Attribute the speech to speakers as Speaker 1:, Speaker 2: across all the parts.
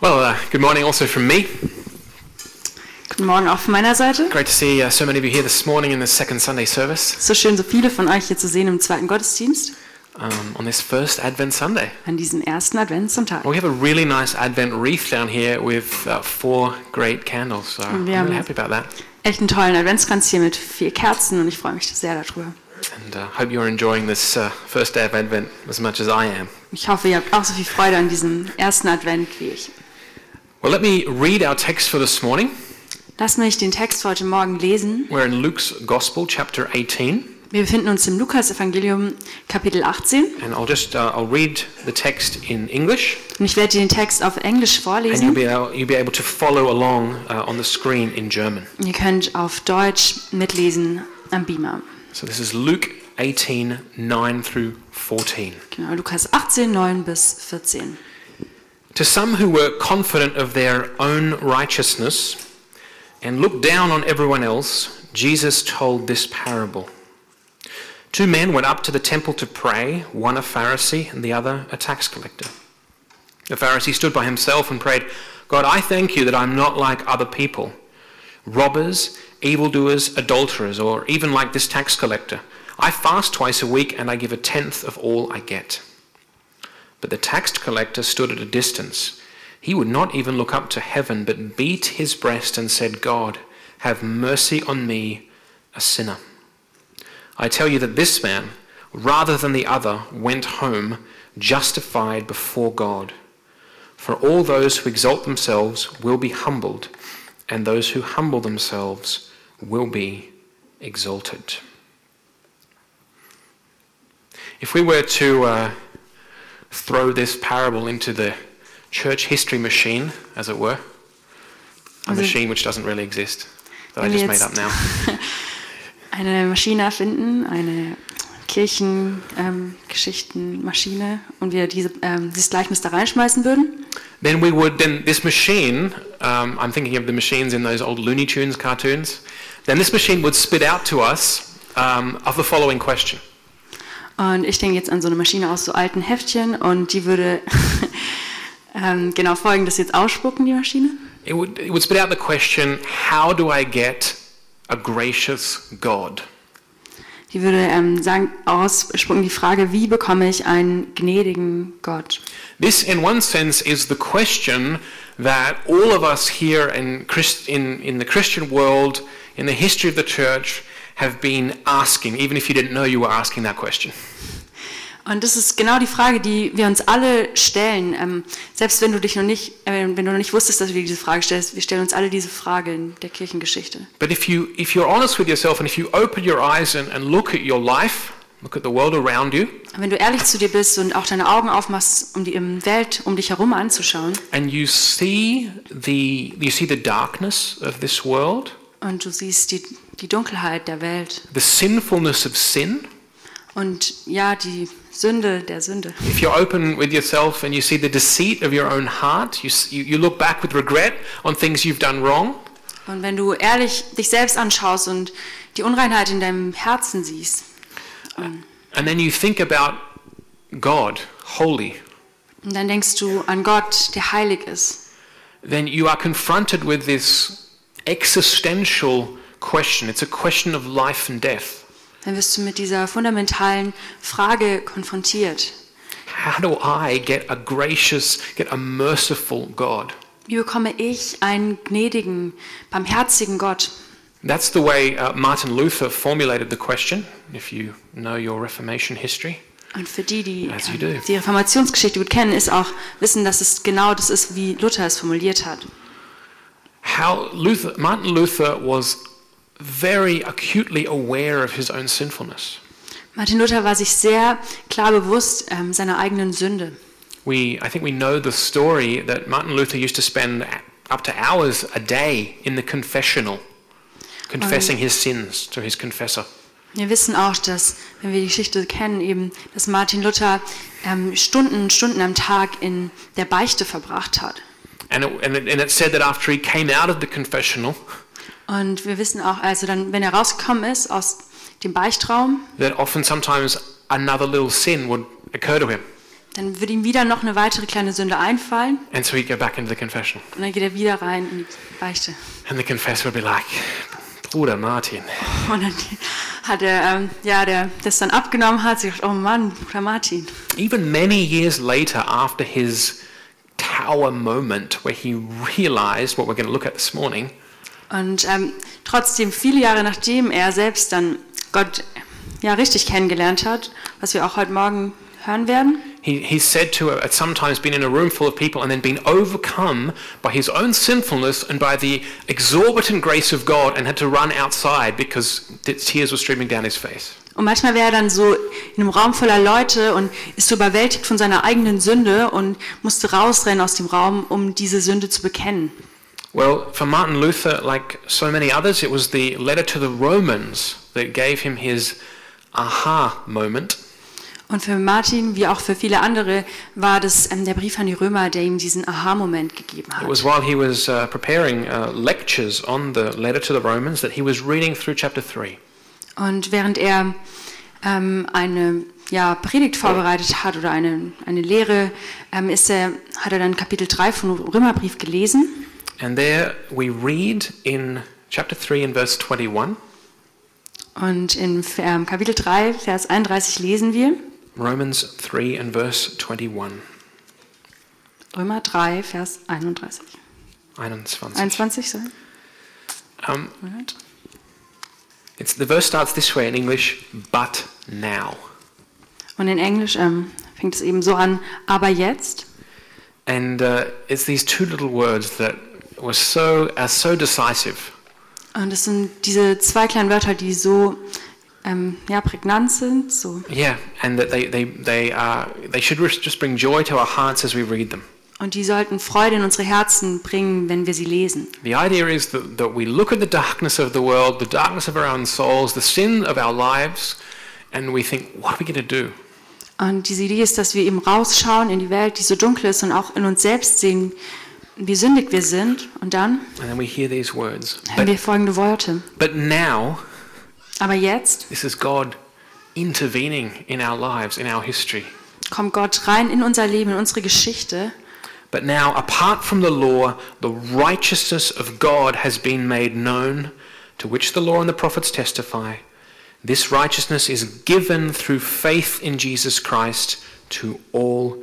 Speaker 1: Well, uh, good morning also from me.
Speaker 2: Guten Morgen auch von meiner Seite.
Speaker 1: Great to see uh, so many of you here this morning in the second Sunday service
Speaker 2: So schön, so viele von euch hier zu sehen im zweiten Gottesdienst
Speaker 1: um, on this first Advent Sunday.
Speaker 2: an diesem ersten Adventssonntag.
Speaker 1: We have a really nice Advent wreath down here with uh, four great candles, so I'm
Speaker 2: wir haben-
Speaker 1: really happy about that.
Speaker 2: Echt einen tollen Adventskranz hier mit vier Kerzen und ich freue mich sehr darüber.
Speaker 1: And uh, hope you're enjoying this uh, first day of Advent as much as I am.
Speaker 2: Ich hoffe, ihr habt auch so viel Freude an diesem ersten Advent wie ich.
Speaker 1: Well, let me read our text for this morning.
Speaker 2: Lass mich den Text für heute Morgen lesen.
Speaker 1: We're in Luke's Gospel, chapter 18,
Speaker 2: Wir befinden uns im Lukas-Evangelium, Kapitel 18.
Speaker 1: and I'll just uh, I'll read the text in English,
Speaker 2: Und ich werde dir den Text auf Englisch
Speaker 1: and you'll
Speaker 2: vorlesen.
Speaker 1: be able, you'll be able to follow along uh, on the screen in German.
Speaker 2: Ihr könnt auf Deutsch mitlesen am Beamer.
Speaker 1: So this is Luke 18, 9 through 14.
Speaker 2: Genau, Lukas 18, 9 bis 14.
Speaker 1: To some who were confident of their own righteousness and looked down on everyone else, Jesus told this parable. Two men went up to the temple to pray, one a Pharisee and the other a tax collector. The Pharisee stood by himself and prayed, God, I thank you that I'm not like other people, robbers, evildoers, adulterers, or even like this tax collector. I fast twice a week and I give a tenth of all I get. But the tax collector stood at a distance. He would not even look up to heaven, but beat his breast and said, God, have mercy on me, a sinner. I tell you that this man, rather than the other, went home justified before God. For all those who exalt themselves will be humbled, and those who humble themselves will be exalted. If we were to uh, throw this parable into the church history machine, as it were, a
Speaker 2: Also-
Speaker 1: machine which doesn't really exist, that I
Speaker 2: Wenn wir
Speaker 1: just made up
Speaker 2: jetzt-
Speaker 1: now.
Speaker 2: eine Maschine erfinden, eine Kirchengeschichtenmaschine und wir diese, ähm, dieses Gleichnis da reinschmeißen würden,
Speaker 1: then we would then this machine um, i'm thinking of the machines in those old looney tunes cartoons then this machine would spit out to us um, of the following question
Speaker 2: und ich denke jetzt an so eine Maschine aus so alten Heftchen und die würde ähm, genau folgendes jetzt ausspucken, die Maschine.
Speaker 1: it would, it would spit out the question how do i get a gracious god
Speaker 2: Die würde ähm, sagen, ausspucken die Frage, wie bekomme ich einen gnädigen Gott?
Speaker 1: this in one sense is the question that all of us here in, Christ, in, in the christian world in the history of the church have been asking even if you didn't know you were asking that question
Speaker 2: Und das ist genau die Frage, die wir uns alle stellen. Ähm, selbst wenn du dich noch nicht, äh, wenn du noch nicht wusstest, dass du dir diese Frage stellst, wir stellen uns alle diese Frage in der Kirchengeschichte.
Speaker 1: But if you if you're honest with yourself and if you open your eyes and, and look at your life, look at the world around you,
Speaker 2: Wenn du ehrlich zu dir bist und auch deine Augen aufmachst, um die ähm, Welt um dich herum anzuschauen
Speaker 1: and you see the you see the darkness of this world,
Speaker 2: und du siehst die, die Dunkelheit der Welt
Speaker 1: the sinfulness of sin.
Speaker 2: und ja, die Sünde der Sünde.
Speaker 1: If you're open with yourself and you see the deceit of your own heart, you s- you, you look back with regret on things you've done wrong.
Speaker 2: Und wenn du ehrlich dich selbst anschaust und die Unreinheit in deinem Herzen siehst,
Speaker 1: And then you think about God, holy.
Speaker 2: und dann denkst du an Gott, der heilig ist,
Speaker 1: Then you are confronted with this existential question. It's a question of life and death.
Speaker 2: dann wirst du mit dieser fundamentalen Frage konfrontiert.
Speaker 1: How do I get a gracious, get a merciful God?
Speaker 2: Wie bekomme ich einen gnädigen, barmherzigen Gott?
Speaker 1: That's the way uh, Martin Luther formulated the question, if you know your Reformation history.
Speaker 2: Und für die, die
Speaker 1: As you do.
Speaker 2: ähm, die Reformationsgeschichte gut kennen, ist auch wissen, dass es genau das ist, wie Luther es formuliert hat.
Speaker 1: How Luther, Martin Luther was very acutely aware of his own sinfulness.
Speaker 2: Martin Luther war sich sehr klar bewusst ähm, seiner eigenen Sünde.
Speaker 1: We, I think we know the story that Martin Luther used to spend a- up to hours a day in the confessional, confessing his sins to his confessor.
Speaker 2: Wir wissen auch, dass, wenn wir die Geschichte kennen, eben, dass Martin Luther ähm, Stunden und Stunden am Tag in der Beichte verbracht hat.
Speaker 1: And it, and, it, and it said that after he came out of the confessional,
Speaker 2: Und wir wissen auch, also dann, wenn er rausgekommen ist aus dem Beichtraum,
Speaker 1: that often sometimes another little sin would occur to him.
Speaker 2: Dann wird ihm wieder noch eine weitere kleine Sünde einfallen
Speaker 1: And so he'd go back into the confession.
Speaker 2: und dann geht er wieder rein in die Beichte.
Speaker 1: And the confessor would be like, Bruder Martin,
Speaker 2: Und dann hat er, ähm, ja, der das dann abgenommen hat, sich gedacht, oh Mann, Bruder Martin.
Speaker 1: even many years later, after his tower moment where he realized what we're going to look at this morning,
Speaker 2: Und ähm, trotzdem, viele Jahre nachdem er selbst dann Gott ja richtig kennengelernt hat, was wir auch heute Morgen hören werden,
Speaker 1: he, he's said to have sometimes been in a room full of people and then been overcome by his own sinfulness and by the exorbitant grace of God and had to run outside because the tears were streaming down his face.
Speaker 2: Und manchmal wäre er dann so in einem Raum voller Leute und ist so überwältigt von seiner eigenen Sünde und musste rausrennen aus dem Raum, um diese Sünde zu bekennen.
Speaker 1: Well, for Martin Luther, like so many others, it was the letter to the Romans that gave him his aha moment.
Speaker 2: Und für Martin, wie auch für viele andere, war das ähm, der Brief an die Römer, der ihm diesen Aha-Moment gegeben
Speaker 1: It
Speaker 2: hat.
Speaker 1: was while he was uh, preparing uh, lectures on the letter to the Romans that he was reading through chapter 3.
Speaker 2: Und während er ähm, eine ja, Predigt vorbereitet hat oder eine, eine Lehre, ähm, ist er, hat er dann Kapitel 3 vom Römerbrief gelesen.
Speaker 1: And there we read in chapter 3 and verse 21,
Speaker 2: Und in ähm, Kapitel 3, Vers 31 lesen wir,
Speaker 1: Romans 3 and verse 21.
Speaker 2: Römer 3, Vers 31.
Speaker 1: 21.
Speaker 2: 21, sorry.
Speaker 1: Um,
Speaker 2: Alright.
Speaker 1: it's, the verse starts this way in English, but now.
Speaker 2: Und in Englisch ähm, fängt es eben so an, aber jetzt.
Speaker 1: And uh, it's these two little words that were so, are so decisive.
Speaker 2: Und das sind diese zwei kleinen Wörter, die so ähm, ja, prägnant sind. So.
Speaker 1: Yeah, and that they, they, they, are, they should just bring joy to our hearts as we read them.
Speaker 2: Und die sollten Freude in unsere Herzen bringen, wenn wir sie lesen.
Speaker 1: The idea is that, that we look at the darkness of the world, the darkness of our own souls, the sin of our lives, and we think, what are we going to do?
Speaker 2: Und diese Idee ist, dass wir eben rausschauen in die Welt, die so dunkel ist und auch in uns selbst sehen, wie sündig wir sind. Und dann
Speaker 1: And then we hear these words.
Speaker 2: hören
Speaker 1: But,
Speaker 2: wir folgende Worte.
Speaker 1: but now,
Speaker 2: Aber jetzt
Speaker 1: this is God intervening in our lives, in our history.
Speaker 2: kommt Gott rein in unser Leben, in unsere Geschichte.
Speaker 1: But now, apart from the law, the righteousness of God has been made known, to which the law and the prophets testify. This righteousness is given through faith in Jesus Christ to all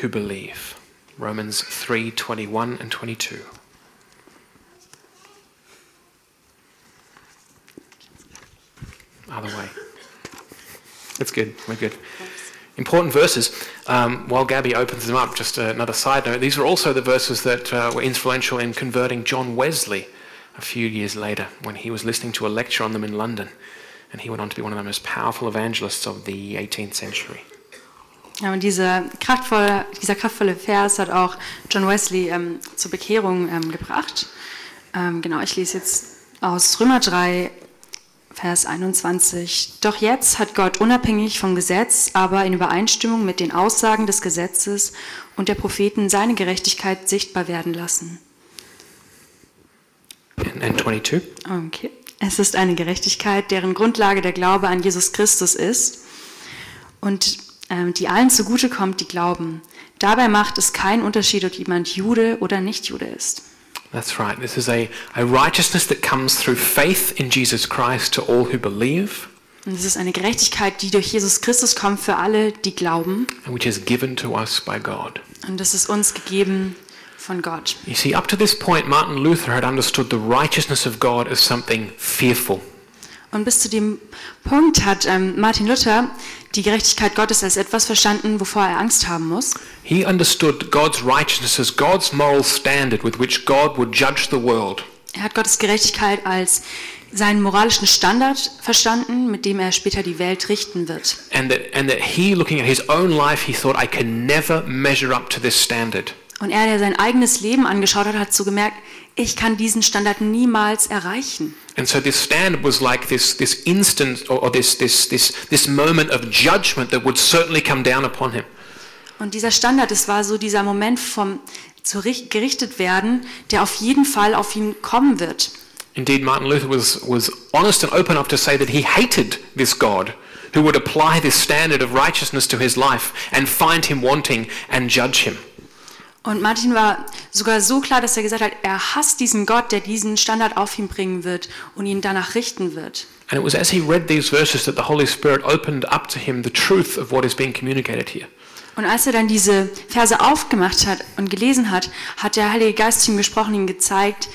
Speaker 1: who believe. Romans 3 21 and 22. Either way. That's good. We're good. Important verses. Um, while Gabby opens them up, just another side note, these were also the verses that uh, were influential in converting John Wesley a few years later when he was listening to a lecture on them in London. And he went on to be one of the most powerful evangelists of the 18th century.
Speaker 2: Ja, und dieser kraftvolle, dieser kraftvolle Vers hat auch John Wesley ähm, zur Bekehrung ähm, gebracht. Ähm, genau, ich lese jetzt aus Römer 3, Vers 21. Doch jetzt hat Gott unabhängig vom Gesetz, aber in Übereinstimmung mit den Aussagen des Gesetzes und der Propheten seine Gerechtigkeit sichtbar werden lassen.
Speaker 1: And, and 22.
Speaker 2: Okay. Es ist eine Gerechtigkeit, deren Grundlage der Glaube an Jesus Christus ist und ähm, die allen zugutekommt, die glauben. Dabei macht es keinen Unterschied, ob jemand Jude oder Nicht-Jude ist.
Speaker 1: That's right. This is a, a righteousness that comes through faith in Jesus Christ to all who believe,
Speaker 2: Und es ist eine Gerechtigkeit, die durch Jesus Christus kommt für alle, die glauben.
Speaker 1: and which is given to us by God.
Speaker 2: Und das ist uns gegeben von Gott.
Speaker 1: You see, up to this point, Martin Luther had understood the righteousness of God as something fearful.
Speaker 2: Und bis zu dem Punkt hat ähm, Martin Luther die Gerechtigkeit Gottes als etwas verstanden, wovor er Angst haben muss.
Speaker 1: He understood God's righteousness as God's moral standard with which God would judge the world.
Speaker 2: Er hat Gottes Gerechtigkeit als seinen moralischen Standard verstanden, mit dem er später die Welt richten wird.
Speaker 1: And that, and that he, looking at his own life, he thought, I can never measure up to this standard.
Speaker 2: Und er, der sein eigenes Leben angeschaut hat, hat so gemerkt, ich kann diesen Standard niemals erreichen.
Speaker 1: And so this standard was like this, this instant or, or this, this, this, this moment of judgment that would certainly come down upon him.
Speaker 2: Und dieser Standard, es war so dieser Moment vom zu richt- gerichtet werden, der auf jeden Fall auf ihn kommen wird.
Speaker 1: Indeed, Martin Luther was, was honest and open enough to say that he hated this God who would apply this standard of righteousness to his life and find him wanting and judge him.
Speaker 2: Und Martin war sogar so klar, dass er gesagt hat, er hasst diesen Gott, der diesen Standard auf ihn bringen wird und ihn danach richten wird.
Speaker 1: And it was as he read these verses that the Holy Spirit opened up to him the truth of what is being communicated here.
Speaker 2: Und als er dann diese Verse aufgemacht hat und gelesen hat, hat der Heilige Geist zu ihm gesprochen, ihm gezeigt,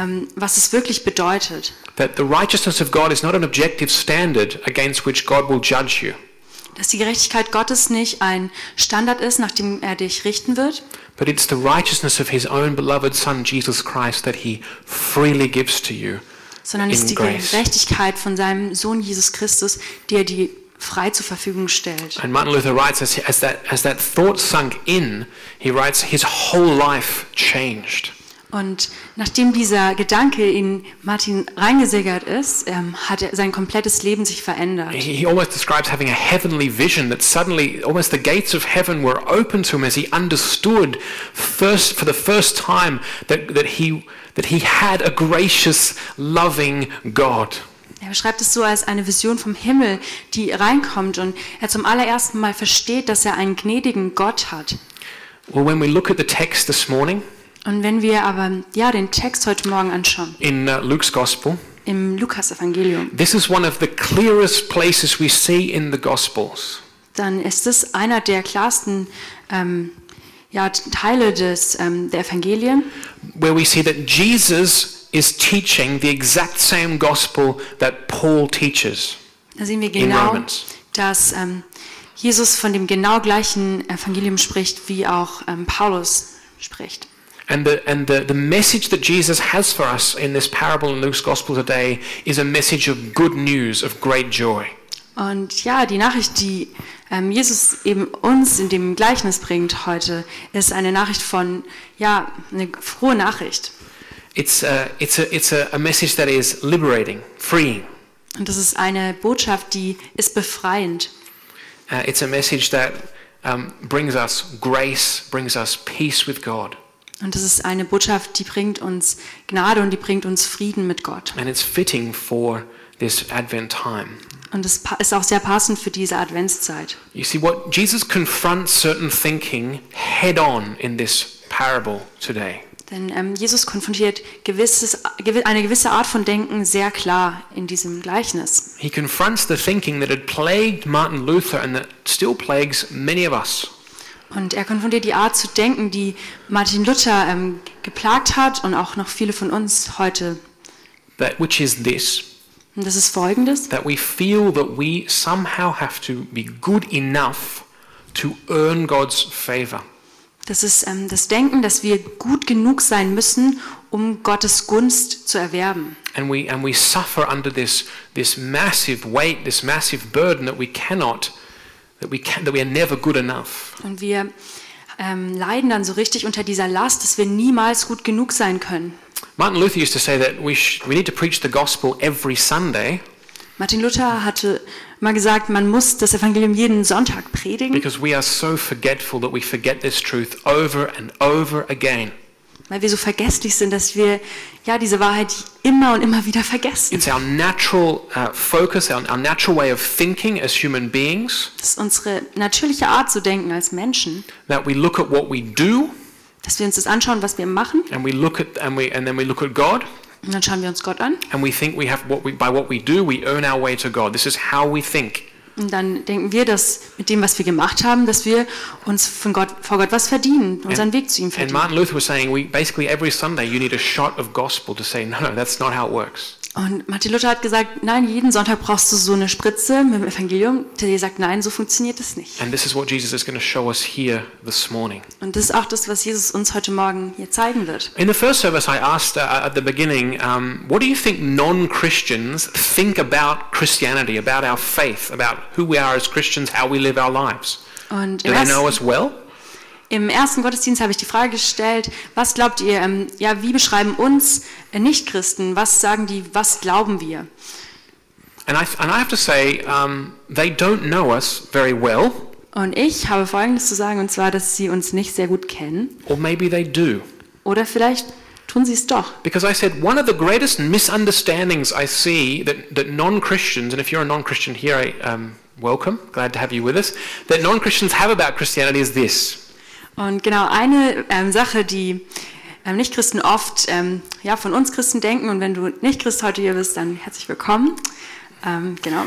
Speaker 2: ähm, was es wirklich bedeutet.
Speaker 1: That the righteousness of God is not an objective standard against which God will judge you,
Speaker 2: Dass die Gerechtigkeit Gottes nicht ein Standard ist, nach dem er dich richten wird,
Speaker 1: but it's the righteousness of his own beloved Son, Jesus Christ, that he freely gives to you.
Speaker 2: sondern es
Speaker 1: In
Speaker 2: ist die
Speaker 1: grace.
Speaker 2: Gerechtigkeit von seinem Sohn Jesus Christus, die er dir frei zur Verfügung stellt.
Speaker 1: And Martin Luther writes, as, as, that, as that thought sunk in, he writes, his whole life changed.
Speaker 2: Und nachdem dieser Gedanke in Martin reingesickert ist, ähm, hat er, sein komplettes Leben sich verändert.
Speaker 1: He, he almost describes having a heavenly vision that suddenly almost the gates of heaven were open to him as he understood first for the first time that, that he that he had a gracious, loving God.
Speaker 2: Er beschreibt es so als eine Vision vom Himmel, die reinkommt und er zum allerersten Mal versteht, dass er einen gnädigen Gott hat.
Speaker 1: Well, when we look at the text this morning
Speaker 2: Und wenn wir aber ja den Text heute Morgen anschauen
Speaker 1: in uh, Luke's Gospel,
Speaker 2: im Lukas-Evangelium,
Speaker 1: this is one of the clearest places we see in the Gospels
Speaker 2: dann ist es einer der klarsten ähm, ja, Teile des ähm, der Evangelien,
Speaker 1: where we see that Jesus is teaching the exact same gospel that Paul teaches.
Speaker 2: Da sehen wir
Speaker 1: In
Speaker 2: genau,
Speaker 1: Romans.
Speaker 2: dass ähm, Jesus von dem genau gleichen Evangelium spricht, wie auch ähm, Paulus spricht.
Speaker 1: And the and the, the message that Jesus has for us in this parable in Luke's gospel today is a message of good news, of great joy.
Speaker 2: Und ja, die Nachricht, die ähm, Jesus eben uns in dem Gleichnis bringt heute, ist eine Nachricht von, ja, eine frohe Nachricht.
Speaker 1: It's a, it's a, it's a, a message that is liberating, freeing.
Speaker 2: Und das ist eine Botschaft, die ist befreiend.
Speaker 1: Uh, it's a message that um, brings us grace, brings us peace with God,
Speaker 2: Und das ist eine Botschaft, die bringt uns Gnade und die bringt uns Frieden mit Gott.
Speaker 1: and it's fitting for this Advent time.
Speaker 2: Und das pa- ist auch sehr passend für diese Adventszeit.
Speaker 1: You see, what Jesus confronts certain thinking head on in this parable today.
Speaker 2: Denn ähm, Jesus konfrontiert gewisses, gewi- eine gewisse Art von Denken sehr klar in diesem Gleichnis.
Speaker 1: He confronts the thinking that had plagued Martin Luther and that still plagues many of us.
Speaker 2: Und er konfrontiert die Art zu denken, die Martin Luther ähm, geplagt hat und auch noch viele von uns heute.
Speaker 1: That which is this
Speaker 2: Und das ist folgendes,
Speaker 1: that we feel that we somehow have to be good enough to earn God's favor.
Speaker 2: das ist ähm, das Denken, dass wir gut genug sein müssen, um Gottes Gunst zu erwerben.
Speaker 1: And we, and we suffer under this, this massive weight, this massive burden that we cannot, that we, can, that we are never good enough.
Speaker 2: Und wir ähm, leiden dann so richtig unter dieser Last, dass wir niemals gut genug sein können.
Speaker 1: Martin Luther used to say that we, sh- we need to preach the gospel every Sunday
Speaker 2: Martin Luther hatte mal gesagt, man muss das Evangelium jeden Sonntag predigen.
Speaker 1: because we are so forgetful that we forget this truth over and over again.
Speaker 2: weil wir so vergesslich sind, dass wir ja diese Wahrheit immer und immer wieder vergessen.
Speaker 1: It's our natural uh, focus, our, our natural way of thinking as human beings,
Speaker 2: Das ist unsere natürliche Art zu denken als Menschen,
Speaker 1: that we look at what we do
Speaker 2: dass wir uns das anschauen, was wir machen,
Speaker 1: and we look at and we and then we look at God
Speaker 2: und dann schauen wir uns Gott an
Speaker 1: and we think we have what we by what we do we earn our way to God. This is how we think.
Speaker 2: und dann denken wir, dass mit dem, was wir gemacht haben, dass wir uns von Gott, vor Gott was verdienen, unseren Weg zu ihm
Speaker 1: And
Speaker 2: verdienen.
Speaker 1: Martin Luther was saying we basically every Sunday you need a shot of gospel to say no, no, that's not how it works.
Speaker 2: Und Martin Luther hat gesagt, nein, jeden Sonntag brauchst du so eine Spritze mit dem Evangelium, der dir sagt, nein, so funktioniert es nicht.
Speaker 1: And this is what Jesus is going to show us here this morning.
Speaker 2: Und das ist auch das, was Jesus uns heute Morgen hier zeigen wird.
Speaker 1: In the first service, I asked uh, at the beginning, um, what do you think non Christians think about Christianity, about our faith, about who we are as Christians, how we live our lives?
Speaker 2: Und
Speaker 1: Do
Speaker 2: im
Speaker 1: they
Speaker 2: ersten-
Speaker 1: know us well?
Speaker 2: Im ersten Gottesdienst habe ich die Frage gestellt, was glaubt ihr, ähm, ja, wie beschreiben uns äh, Nichtchristen, was sagen die, was glauben wir?
Speaker 1: And I, and I have to say, um, they don't know us very well,
Speaker 2: Und ich habe Folgendes zu sagen, und zwar, dass sie uns nicht sehr gut kennen.
Speaker 1: or maybe they do.
Speaker 2: Oder vielleicht tun sie es doch.
Speaker 1: Because I said, one of the greatest misunderstandings I see that, that non Christians, and if you're a non Christian here, I, um, welcome, glad to have you with us, that non Christians have about Christianity is this
Speaker 2: Und genau eine ähm, Sache, die ähm, Nichtchristen oft ähm, ja, von uns Christen denken, und wenn du Nichtchrist heute hier bist, dann herzlich willkommen. Ähm, genau.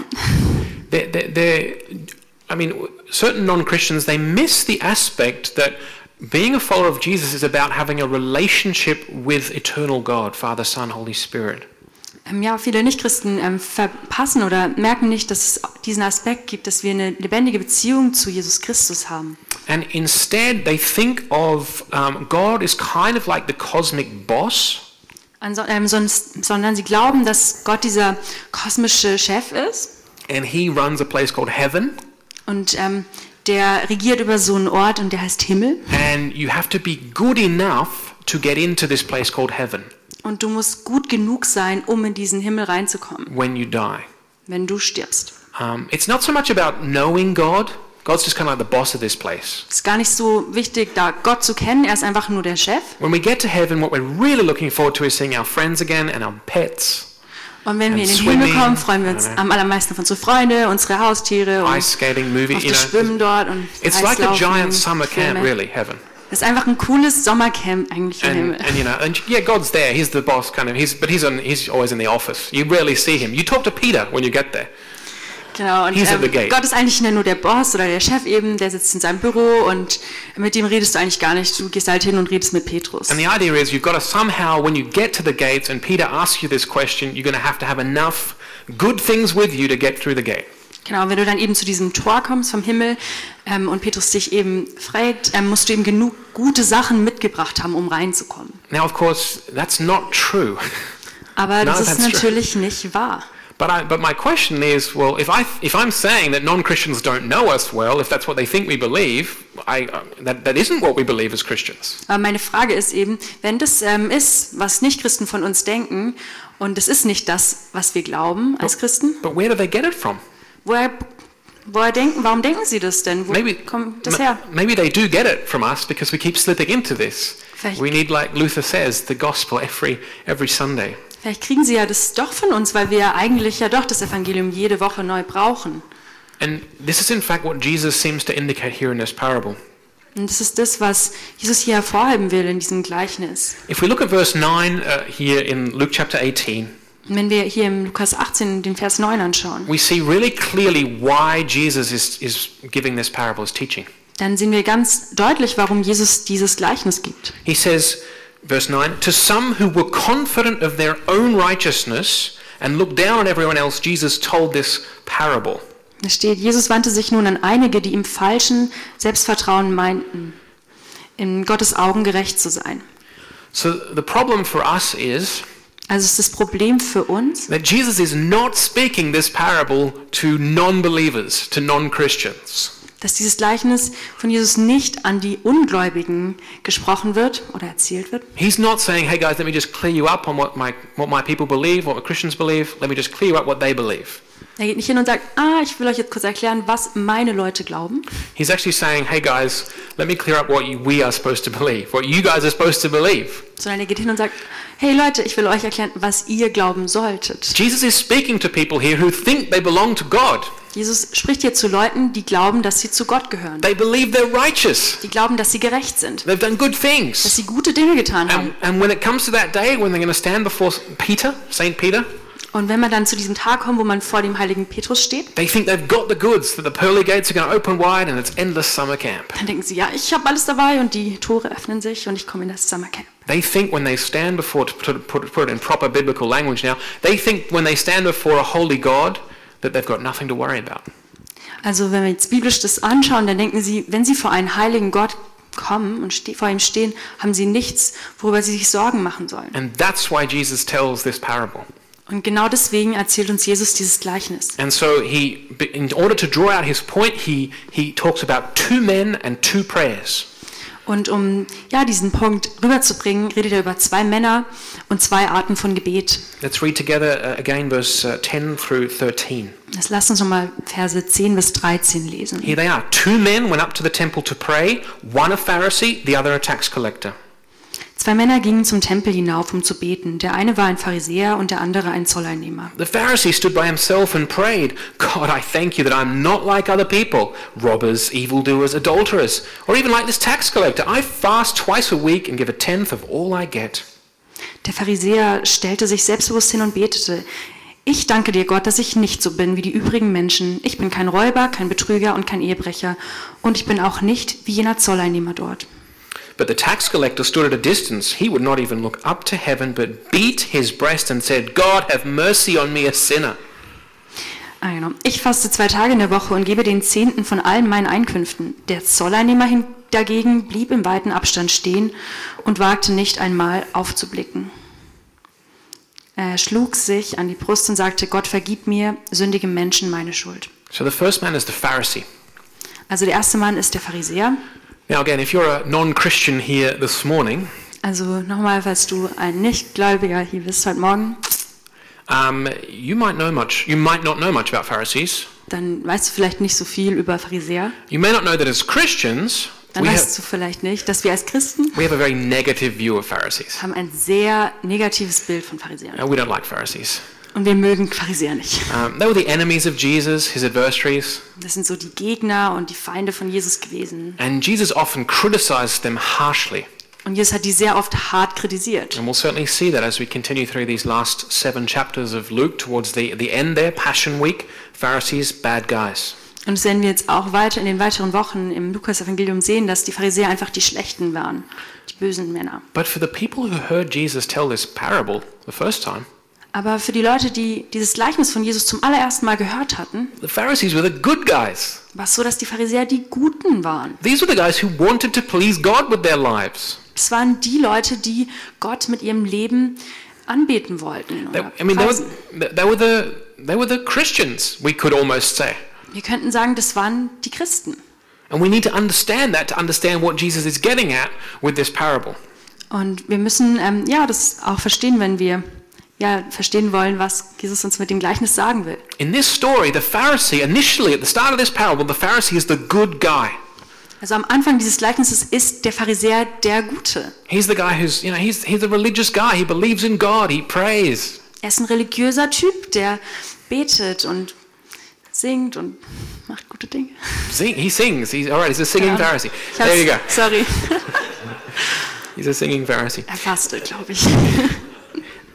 Speaker 1: they're, they're, they're, I mean, certain non Christians, they miss the aspect that being a follower of Jesus is about having a relationship with eternal God, Father, Son, Holy Spirit.
Speaker 2: Ähm, ja, viele Nichtchristen ähm, verpassen oder merken nicht, dass es diesen Aspekt gibt, dass wir eine lebendige Beziehung zu Jesus Christus haben.
Speaker 1: And instead, they think of um, God as kind of like the cosmic boss
Speaker 2: Anso ähm, sonst, sondern sie glauben, dass Gott dieser kosmische Chef ist
Speaker 1: and he runs a place called heaven.
Speaker 2: und ähm, der regiert über so einen Ort und der heißt Himmel.
Speaker 1: And you have to be good enough to get into this place called heaven
Speaker 2: Und du musst gut genug sein, um in diesen Himmel reinzukommen,
Speaker 1: when you die.
Speaker 2: wenn du stirbst.
Speaker 1: Um, it's not so much about knowing God. God's just kind of like the boss of this place.
Speaker 2: ist gar nicht so wichtig, da Gott zu kennen. Er ist einfach nur der Chef.
Speaker 1: When we get to heaven, what we're really looking forward to is seeing our friends again and our pets,
Speaker 2: Und wenn wir in
Speaker 1: And
Speaker 2: den Himmel
Speaker 1: swimming.
Speaker 2: kommen, freuen wir uns am allermeisten auf unsere Freunde, unsere Haustiere und
Speaker 1: ice skating, movie.
Speaker 2: auf
Speaker 1: You
Speaker 2: das
Speaker 1: know,
Speaker 2: Schwimmen dort und
Speaker 1: it's like a
Speaker 2: Eislaufen,
Speaker 1: giant summer camp,
Speaker 2: Filme.
Speaker 1: really, heaven.
Speaker 2: Das ist einfach ein cooles Sommercamp eigentlich im
Speaker 1: And,
Speaker 2: Himmel.
Speaker 1: and you know, and yeah, God's there. He's the boss, kind of. He's but he's on. He's always in the office. You rarely see him. You talk to Peter when you get there.
Speaker 2: Genau. Und
Speaker 1: he's at the gate.
Speaker 2: ähm, Gott ist eigentlich nur der Boss oder der Chef eben, der sitzt in seinem Büro und mit ihm redest du eigentlich gar nicht. Du gehst halt hin und redest mit Petrus.
Speaker 1: And the idea is you've got to somehow, when you get to the gates and Peter asks you this question, you're going to have to have enough good things with you to get through the gate.
Speaker 2: Genau, wenn du dann eben zu diesem Tor kommst vom Himmel ähm, und Petrus dich eben fragt, ähm, musst du ihm genug gute Sachen mitgebracht haben, um reinzukommen.
Speaker 1: Now, of course, that's not true.
Speaker 2: Aber das
Speaker 1: Nein,
Speaker 2: ist
Speaker 1: that's true.
Speaker 2: natürlich nicht wahr.
Speaker 1: But, I, but my question is, well, if, I, if I'm saying that non-Christians don't know us well, if that's what they think we believe, I, uh, that, that isn't what we believe as Christians.
Speaker 2: Aber meine Frage ist eben, wenn das ähm, ist, was Nichtchristen von uns denken, und es ist nicht das, was wir glauben als Christen,
Speaker 1: But where do they get it from?
Speaker 2: woher, woher denken, warum denken sie das denn? Wo
Speaker 1: Maybe,
Speaker 2: kommt das
Speaker 1: ma-
Speaker 2: her?
Speaker 1: maybe they do get it from us because we keep slipping into this.
Speaker 2: Vielleicht-
Speaker 1: We need, like Luther says, the gospel every, every Sunday.
Speaker 2: Vielleicht kriegen sie ja das doch von uns, weil wir ja eigentlich ja doch das Evangelium jede Woche neu brauchen.
Speaker 1: And this is, in fact, what Jesus seems to indicate here in this parable.
Speaker 2: Und das ist das, was Jesus hier hervorheben will in diesem Gleichnis.
Speaker 1: If we look at verse 9 uh, here in Luke chapter 18,
Speaker 2: Und wenn wir hier im Lukas 18 den Vers 9 anschauen,
Speaker 1: we see really clearly why Jesus is, is giving this parable, is teaching.
Speaker 2: dann sehen wir ganz deutlich, warum Jesus dieses Gleichnis gibt.
Speaker 1: He says, verse 9, to some who were confident of their own righteousness and looked down on everyone else, Jesus told this parable.
Speaker 2: Es steht, Jesus wandte sich nun an einige, die im falschen Selbstvertrauen meinten, in Gottes Augen gerecht zu sein.
Speaker 1: So the problem for us is
Speaker 2: Also ist das Problem für uns,
Speaker 1: that Jesus is not speaking this parable to non believers, to non Christians.
Speaker 2: dass dieses Gleichnis von Jesus nicht an die Ungläubigen gesprochen wird oder erzählt wird.
Speaker 1: He's not saying, hey guys, let me just clear you up on what my, what my people believe, what my Christians believe. Let me just clear you up what they believe.
Speaker 2: Er geht nicht hin und sagt, ah, ich will euch jetzt kurz erklären, was meine Leute glauben,
Speaker 1: He's actually saying, hey guys, let me clear up what you, we are supposed to believe, what you guys are supposed to believe.
Speaker 2: sondern er geht hin und sagt, hey Leute, ich will euch erklären, was ihr glauben solltet.
Speaker 1: Jesus is speaking to people here who think they belong to God.
Speaker 2: Jesus spricht hier zu Leuten, die glauben, dass sie zu Gott gehören,
Speaker 1: They believe they're righteous.
Speaker 2: die glauben, dass sie gerecht sind,
Speaker 1: They've done good
Speaker 2: dass
Speaker 1: things.
Speaker 2: sie gute Dinge getan haben.
Speaker 1: And, and when it comes to that day when they're going to stand before Peter, St. Peter,
Speaker 2: Und wenn man dann zu diesem Tag kommt, wo man vor dem heiligen Petrus steht,
Speaker 1: they think they've got the goods, that the pearly gates are going to open wide and it's endless summer camp.
Speaker 2: dann denken sie, ja, ich habe alles dabei und die Tore öffnen sich und ich komme in das Summercamp.
Speaker 1: They think when they stand before, to put, put, put it in proper biblical language now, they think when they stand before a holy God that they've got nothing to worry about.
Speaker 2: Also wenn wir jetzt biblisch das anschauen, dann denken sie, wenn sie vor einen heiligen Gott kommen und ste vor ihm stehen, haben sie nichts, worüber sie sich Sorgen machen sollen.
Speaker 1: And that's why Jesus tells this parable.
Speaker 2: Und genau deswegen erzählt uns Jesus dieses Gleichnis.
Speaker 1: And so he, in order to draw out his point, he, he talks about two men and two prayers.
Speaker 2: Und um ja, diesen Punkt rüberzubringen, redet er über zwei Männer und zwei Arten von Gebet.
Speaker 1: Let's read together uh, again verse uh, 10 through 13.
Speaker 2: Das lasst uns nochmal Verse 10 bis 13 lesen.
Speaker 1: Here they are. Two men went up to the temple to pray, one a Pharisee, the other a tax collector.
Speaker 2: Zwei Männer gingen zum Tempel hinauf, um zu beten. Der eine war ein Pharisäer und der andere ein Zolleinnehmer.
Speaker 1: The Pharisee stood by himself and prayed, God, I thank you that I'm not like other people, robbers, evildoers, adulterers, or even like this tax collector. I fast twice a week and give a tenth of all I get.
Speaker 2: Der Pharisäer stellte sich selbstbewusst hin und betete. Ich danke dir, Gott, dass ich nicht so bin wie die übrigen Menschen. Ich bin kein Räuber, kein Betrüger und kein Ehebrecher. Und ich bin auch nicht wie jener Zolleinnehmer dort.
Speaker 1: But the tax collector stood at a distance. He would not even look up to heaven, but beat his breast and said, God, have mercy on me, a sinner.
Speaker 2: Ah, genau. Ich faste zwei Tage in der Woche und gebe den Zehnten von allen meinen Einkünften. Der Zolleinnehmer hin- dagegen blieb im weiten Abstand stehen und wagte nicht einmal aufzublicken. Er schlug sich an die Brust und sagte, Gott vergib mir, sündigem Menschen, meine Schuld.
Speaker 1: So the first man is the Pharisee.
Speaker 2: Also der erste Mann ist der Pharisäer.
Speaker 1: Now, again, if you're a non Christian here this morning,
Speaker 2: Also nochmal, falls du ein Nichtgläubiger hier bist heute Morgen,
Speaker 1: um, you might know much. You might not know much about Pharisees.
Speaker 2: dann weißt du vielleicht nicht so viel über Pharisäer.
Speaker 1: You may not know that as Christians,
Speaker 2: Dann
Speaker 1: we
Speaker 2: weißt
Speaker 1: have,
Speaker 2: du vielleicht nicht, dass wir als Christen
Speaker 1: we have a very negative view of Pharisees.
Speaker 2: haben ein sehr negatives Bild von Pharisäern.
Speaker 1: Uh, we don't like Pharisees.
Speaker 2: Und wir mögen Pharisäer nicht.
Speaker 1: Um, they were the enemies of Jesus, his adversaries,
Speaker 2: Das sind so die Gegner und die Feinde von Jesus gewesen.
Speaker 1: and Jesus often criticized them harshly.
Speaker 2: Und Jesus hat die sehr oft hart kritisiert.
Speaker 1: And we'll certainly see that as we continue through these last seven chapters of Luke towards the, the end there, Passion Week, Pharisees, bad guys.
Speaker 2: Und das werden wir jetzt auch weiter in den weiteren Wochen im Lukas-Evangelium sehen, dass die Pharisäer einfach die Schlechten waren, die bösen Männer.
Speaker 1: But for the people who heard Jesus tell this parable the first time,
Speaker 2: Aber für die Leute, die dieses Gleichnis von Jesus zum allerersten Mal gehört hatten,
Speaker 1: the Pharisees were the good guys.
Speaker 2: war es so, dass die Pharisäer die Guten waren.
Speaker 1: These were the guys who wanted to please God with their lives.
Speaker 2: Es waren die Leute, die Gott mit ihrem Leben anbeten wollten.
Speaker 1: They,
Speaker 2: Oder
Speaker 1: Äh, I mean, they
Speaker 2: preisen.
Speaker 1: were, they, were the, they were the Christians, we could almost say.
Speaker 2: Wir könnten sagen, das waren die Christen.
Speaker 1: And we need to understand that to understand what Jesus is getting at with this parable.
Speaker 2: Und wir müssen ähm, ja das auch verstehen, wenn wir ja verstehen wollen, was Jesus uns mit dem Gleichnis sagen will.
Speaker 1: In this story, the Pharisee, initially at the start of this parable, the Pharisee is the good guy.
Speaker 2: Also am Anfang dieses Gleichnisses ist der Pharisäer der Gute.
Speaker 1: He's the guy who's, you know, he's, he's a religious guy. He believes in God. He prays.
Speaker 2: Er ist ein religiöser Typ, der betet und singt und macht gute Dinge.
Speaker 1: Sing, he sings. He's, all right, he's a singing
Speaker 2: Ja.
Speaker 1: Pharisee.
Speaker 2: Ich hab's-
Speaker 1: There you go.
Speaker 2: Sorry,
Speaker 1: He's a singing Pharisee.
Speaker 2: er fastet, glaube ich.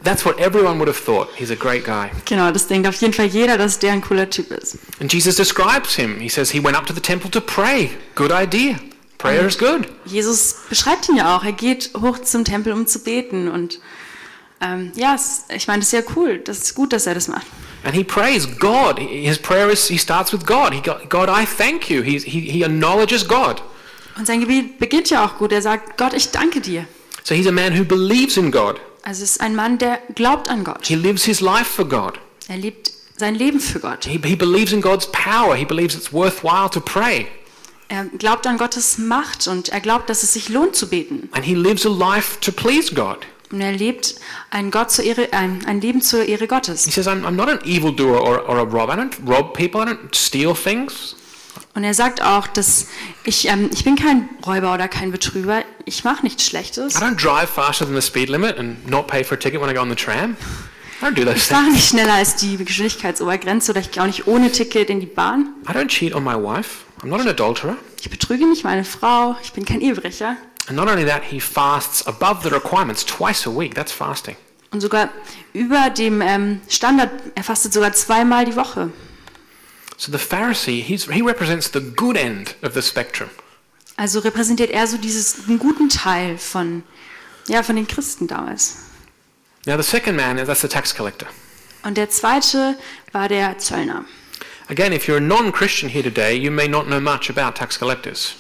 Speaker 1: That's what everyone would have thought. He's a great guy.
Speaker 2: Genau, das denkt auf jeden Fall jeder, dass der ein cooler Typ ist.
Speaker 1: And Jesus describes him. He says he went up to the temple to pray. Good idea. Prayer is good.
Speaker 2: Jesus beschreibt ihn ja auch. Er geht hoch zum Tempel, um zu beten. Und ähm, ja, es, ich meine, das ist ja cool. Das ist gut, dass er das macht.
Speaker 1: And he prays God. His prayer is, he starts with God. He got, God, I thank you. He's, he, he acknowledges God.
Speaker 2: Und sein Gebet beginnt ja auch gut. Er sagt, Gott, ich danke dir.
Speaker 1: So he's a man who believes in God.
Speaker 2: Also es ist ein Mann, der glaubt an Gott.
Speaker 1: He lives his life for God.
Speaker 2: Er lebt sein Leben für Gott.
Speaker 1: He, he believes in God's power. He believes it's worthwhile to pray.
Speaker 2: Er glaubt an Gottes Macht und er glaubt, dass es sich lohnt zu beten.
Speaker 1: And he lives a life to please God.
Speaker 2: Und er lebt ein, Gott zur Ehre, ein, ein Leben zur Ehre
Speaker 1: He
Speaker 2: Gottes.
Speaker 1: says, I'm, I'm not an evildoer or, or a robber. I don't rob people. I don't steal things.
Speaker 2: Und er sagt auch, dass ich, ähm, ich bin kein Räuber oder kein Betrüger. Ich mache nichts Schlechtes.
Speaker 1: I don't drive faster than the speed limit and not pay for a ticket when I go on the tram. I don't do those
Speaker 2: Ich fahre
Speaker 1: things.
Speaker 2: nicht schneller als die Geschwindigkeitsobergrenze oder ich gehe auch nicht ohne Ticket in die Bahn.
Speaker 1: I don't cheat on my wife. I'm not an adulterer.
Speaker 2: Ich betrüge nicht meine Frau. Ich bin kein Ehebrecher.
Speaker 1: And not only that, he fasts above the requirements twice a week. That's fasting.
Speaker 2: Und sogar über dem ähm, Standard, er fastet sogar zweimal die Woche.
Speaker 1: So the Pharisee, he's, he represents the good end of the spectrum.
Speaker 2: Also repräsentiert er so dieses, einen guten Teil von, ja, von den Christen damals.
Speaker 1: Now, the second man, that's the tax collector.
Speaker 2: Und der zweite war der Zöllner.
Speaker 1: Again, if you're a non Christian here today, you may not know much about tax collectors.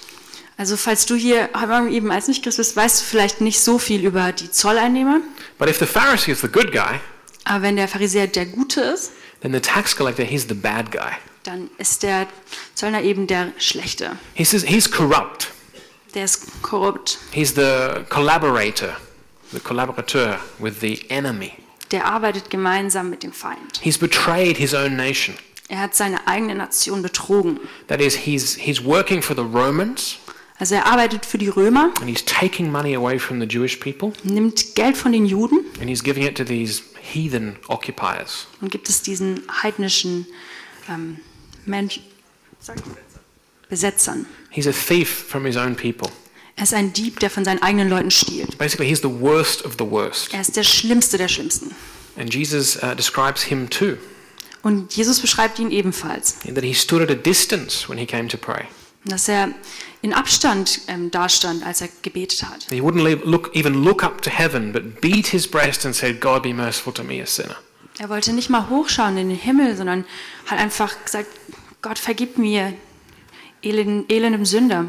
Speaker 2: Also falls du hier heute Morgen eben als Nicht-Christ bist, weißt du vielleicht nicht so viel über die Zolleinnehmer.
Speaker 1: But if the Pharisee is the good guy,
Speaker 2: Aber wenn der Pharisäer der Gute ist,
Speaker 1: then the tax collector, he's the bad guy.
Speaker 2: dann ist der Zöllner eben der Schlechte.
Speaker 1: He says he's corrupt.
Speaker 2: Der ist korrupt.
Speaker 1: He's the collaborator, the collaborateur with the enemy.
Speaker 2: Der arbeitet gemeinsam mit dem Feind.
Speaker 1: He's betrayed his own nation.
Speaker 2: Er hat seine eigene Nation betrogen.
Speaker 1: That is, he's, he's working for the Romans
Speaker 2: Also er arbeitet für die Römer,
Speaker 1: and he's taking money away from the Jewish people
Speaker 2: nimmt Geld von den Juden
Speaker 1: and he's giving it to these heathen occupiers.
Speaker 2: und gibt es diesen heidnischen ähm, Mensch, sag- Besetzern.
Speaker 1: He's a thief from his own people.
Speaker 2: Er ist ein Dieb, der von seinen eigenen Leuten stiehlt.
Speaker 1: Basically, he's the worst of the worst.
Speaker 2: Er ist der Schlimmste der Schlimmsten.
Speaker 1: And Jesus uh, describes him too,
Speaker 2: Und Jesus beschreibt ihn ebenfalls,
Speaker 1: in that he stood at a distance when he came to pray.
Speaker 2: dass er in Abstand ähm, dastand, als er gebetet hat.
Speaker 1: He wouldn't leave, look, even look up to heaven, but beat his breast and said, God be merciful to me, a sinner.
Speaker 2: Er wollte nicht mal hochschauen in den Himmel, sondern hat einfach gesagt, Gott vergib mir, elend, elendem Sünder.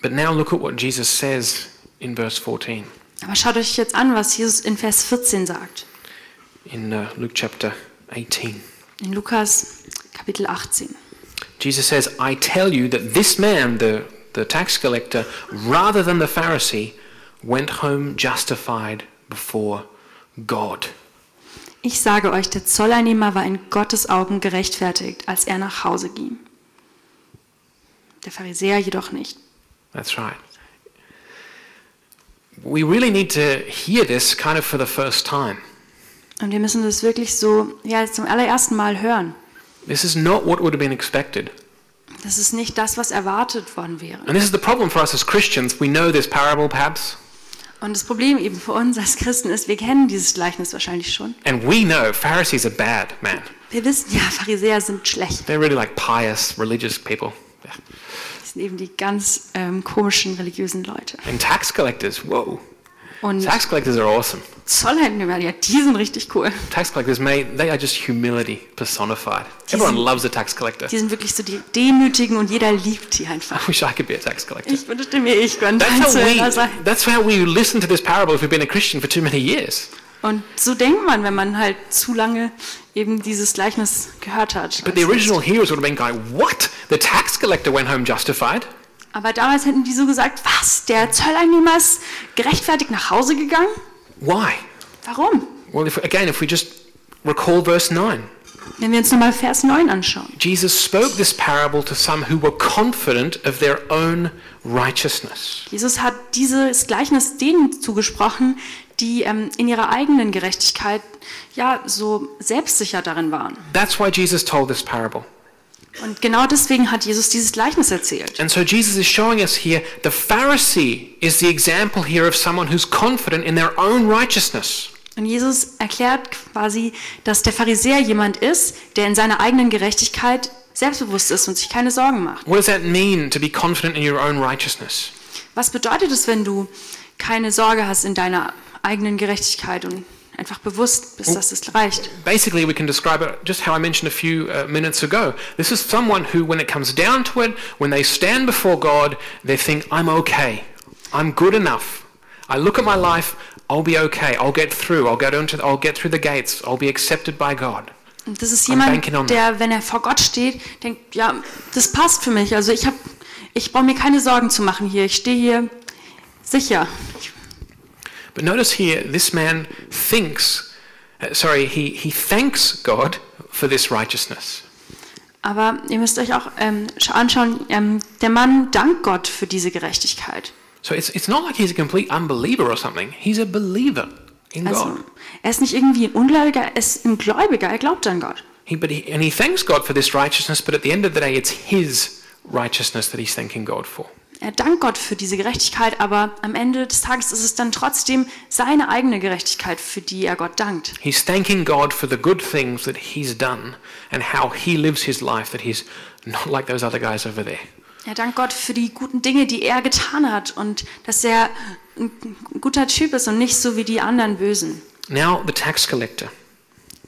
Speaker 1: But now look at what Jesus says in verse 14,
Speaker 2: Aber schaut euch jetzt an, was Jesus in Vers 14 sagt,
Speaker 1: in uh, Luke chapter 18.
Speaker 2: in Lukas Kapitel 18.
Speaker 1: Jesus says, I tell you that this man, the, the tax collector, rather than the Pharisee, went home justified before God.
Speaker 2: Ich sage euch, der Zolleinnehmer war in Gottes Augen gerechtfertigt, als er nach Hause ging. Der Pharisäer jedoch nicht.
Speaker 1: That's right. We really need to hear this kind of for the first time.
Speaker 2: Und wir müssen das wirklich so ja, zum allerersten Mal hören.
Speaker 1: This is not what would have been expected.
Speaker 2: Das ist nicht das, was erwartet worden wäre.
Speaker 1: And this is the problem for us as Christians. We know this parable, perhaps,
Speaker 2: Und das Problem eben für uns als Christen ist, wir kennen dieses Gleichnis wahrscheinlich schon.
Speaker 1: and we know Pharisees are bad, man.
Speaker 2: Wir wissen ja, Pharisäer sind schlecht.
Speaker 1: They're really like pious, religious people. Yeah.
Speaker 2: Das sind eben die ganz ähm, komischen religiösen Leute.
Speaker 1: And tax collectors, whoa.
Speaker 2: Und
Speaker 1: Tax collectors are awesome.
Speaker 2: Zolleinnehmer, ja, die sind richtig cool.
Speaker 1: Tax collectors, mate, they are just humility personified. Everyone loves a tax collector.
Speaker 2: Die sind wirklich so die Demütigen und jeder liebt die einfach.
Speaker 1: I wish I could be a tax collector.
Speaker 2: Ich wünschte mir, ich könnte ein
Speaker 1: That's
Speaker 2: Zöllner
Speaker 1: how
Speaker 2: sein.
Speaker 1: we, that's how we listen to this parable if we've been a Christian for too many years.
Speaker 2: Und so denkt man, wenn man halt zu lange eben dieses Gleichnis gehört hat.
Speaker 1: But the original hearers would have been going, What? The tax collector went home justified?
Speaker 2: Aber damals hätten die so gesagt, was, der Zolleinnehmer ist gerechtfertigt nach Hause gegangen?
Speaker 1: Why?
Speaker 2: Warum?
Speaker 1: Well, if, again, if we just recall verse 9,
Speaker 2: Wenn wir uns nochmal Vers 9 anschauen.
Speaker 1: Jesus spoke this parable to some who were confident of their own righteousness.
Speaker 2: Jesus hat dieses Gleichnis denen zugesprochen, die ähm, in ihrer eigenen Gerechtigkeit ja so selbstsicher darin waren.
Speaker 1: That's why Jesus told this parable.
Speaker 2: Und genau deswegen hat Jesus dieses Gleichnis erzählt.
Speaker 1: And so Jesus is showing us here the Pharisee is the example here of someone who's confident in their own righteousness.
Speaker 2: Und Jesus erklärt quasi, dass der Pharisäer jemand ist, der in seiner eigenen Gerechtigkeit selbstbewusst ist und sich keine Sorgen macht.
Speaker 1: What does that mean to be confident in your own righteousness?
Speaker 2: Was bedeutet es, wenn du keine Sorge hast in deiner eigenen Gerechtigkeit und einfach bewusst bist, dass es reicht?
Speaker 1: Basically, we can describe it just how I mentioned a few uh, minutes ago. This is someone who, when it comes down to it, when they stand before God, they think, I'm okay. I'm good enough. I look at my life, I'll be okay. I'll get through. I'll get, into, I'll get through the gates. I'll be accepted by God.
Speaker 2: Und das ist
Speaker 1: banking on
Speaker 2: jemand, der, wenn er vor Gott steht, denkt, ja, das passt für mich. Also ich habe, ich brauche mir keine Sorgen zu machen hier. Ich stehe hier sicher.
Speaker 1: But notice here, this man thinks, uh, sorry, he, he thanks God for this righteousness.
Speaker 2: Aber ihr müsst euch auch ähm, scha- anschauen, ähm, der Mann dankt Gott für diese Gerechtigkeit.
Speaker 1: So it's, it's not like he's a complete unbeliever or something. He's a believer in
Speaker 2: Also
Speaker 1: God.
Speaker 2: er ist nicht irgendwie ein Ungläubiger, er ist ein Gläubiger, er glaubt an Gott.
Speaker 1: He, but he, and he thanks God for this righteousness, but at the end of the day, it's his righteousness that he's thanking God for.
Speaker 2: Er dankt Gott für diese Gerechtigkeit, aber am Ende des Tages ist es dann trotzdem seine eigene Gerechtigkeit, für die er Gott dankt.
Speaker 1: He's thanking God for the good things that he's done and how he lives his life, that he's not like those other guys over there.
Speaker 2: Er dankt Gott für die guten Dinge, die er getan hat und dass er ein guter Typ ist und nicht so wie die anderen Bösen.
Speaker 1: Now, the tax collector.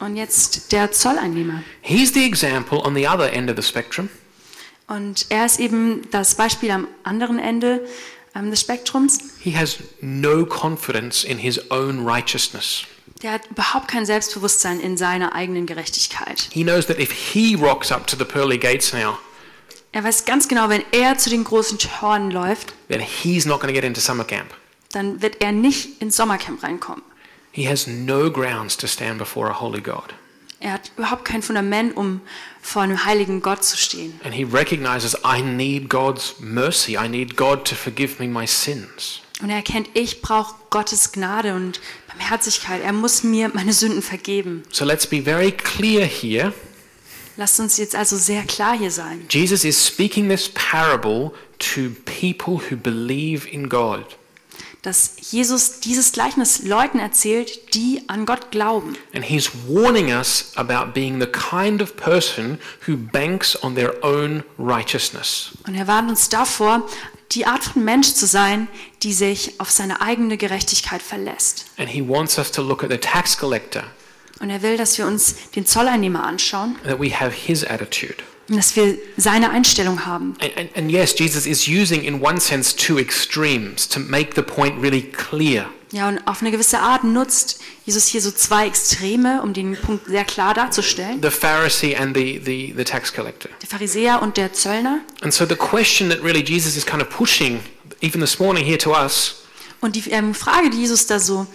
Speaker 2: Und jetzt der Zolleinnehmer.
Speaker 1: He's the example on the other end of the spectrum.
Speaker 2: Und er ist eben das Beispiel am anderen Ende ähm, des Spektrums.
Speaker 1: He has no confidence in his own righteousness.
Speaker 2: Der hat überhaupt kein Selbstbewusstsein in seiner eigenen Gerechtigkeit.
Speaker 1: He knows that if he rocks up to the pearly gates now,
Speaker 2: Er weiß ganz genau, wenn er zu den großen Toren läuft,
Speaker 1: then he's not going to get into summer camp.
Speaker 2: dann wird er nicht ins Sommercamp reinkommen.
Speaker 1: He has no grounds to stand before a holy God.
Speaker 2: Er hat überhaupt kein Fundament, um vor einem heiligen Gott zu stehen.
Speaker 1: And he recognizes, I need God's mercy. I need God to forgive me my sins.
Speaker 2: Und er erkennt, ich brauche Gottes Gnade und Barmherzigkeit. Er muss mir meine Sünden vergeben.
Speaker 1: So let's be very clear here.
Speaker 2: Lasst uns jetzt also sehr klar hier sein.
Speaker 1: Jesus is speaking this parable to people who believe in God.
Speaker 2: Dass Jesus dieses Gleichnis Leuten erzählt, die an Gott glauben.
Speaker 1: And he's warning us about being the kind of person who banks on their own righteousness.
Speaker 2: Und er warnt uns davor, die Art von Mensch zu sein, die sich auf seine eigene Gerechtigkeit verlässt.
Speaker 1: And he wants us to look at the tax collector,
Speaker 2: Und er will, dass wir uns den Zolleinnehmer anschauen
Speaker 1: that we have his attitude.
Speaker 2: und dass wir seine Einstellung haben.
Speaker 1: And, and, and yes, Jesus is using, in one sense, two extremes to make the point really clear.
Speaker 2: Ja, und auf eine gewisse Art nutzt Jesus hier so zwei Extreme, um den Punkt sehr klar darzustellen.
Speaker 1: The Pharisee and the, the, the tax collector.
Speaker 2: Der Pharisäer und der Zöllner.
Speaker 1: And so the question that really Jesus is kind of pushing, even this morning here to us,
Speaker 2: Und die ähm, Frage, die Jesus da so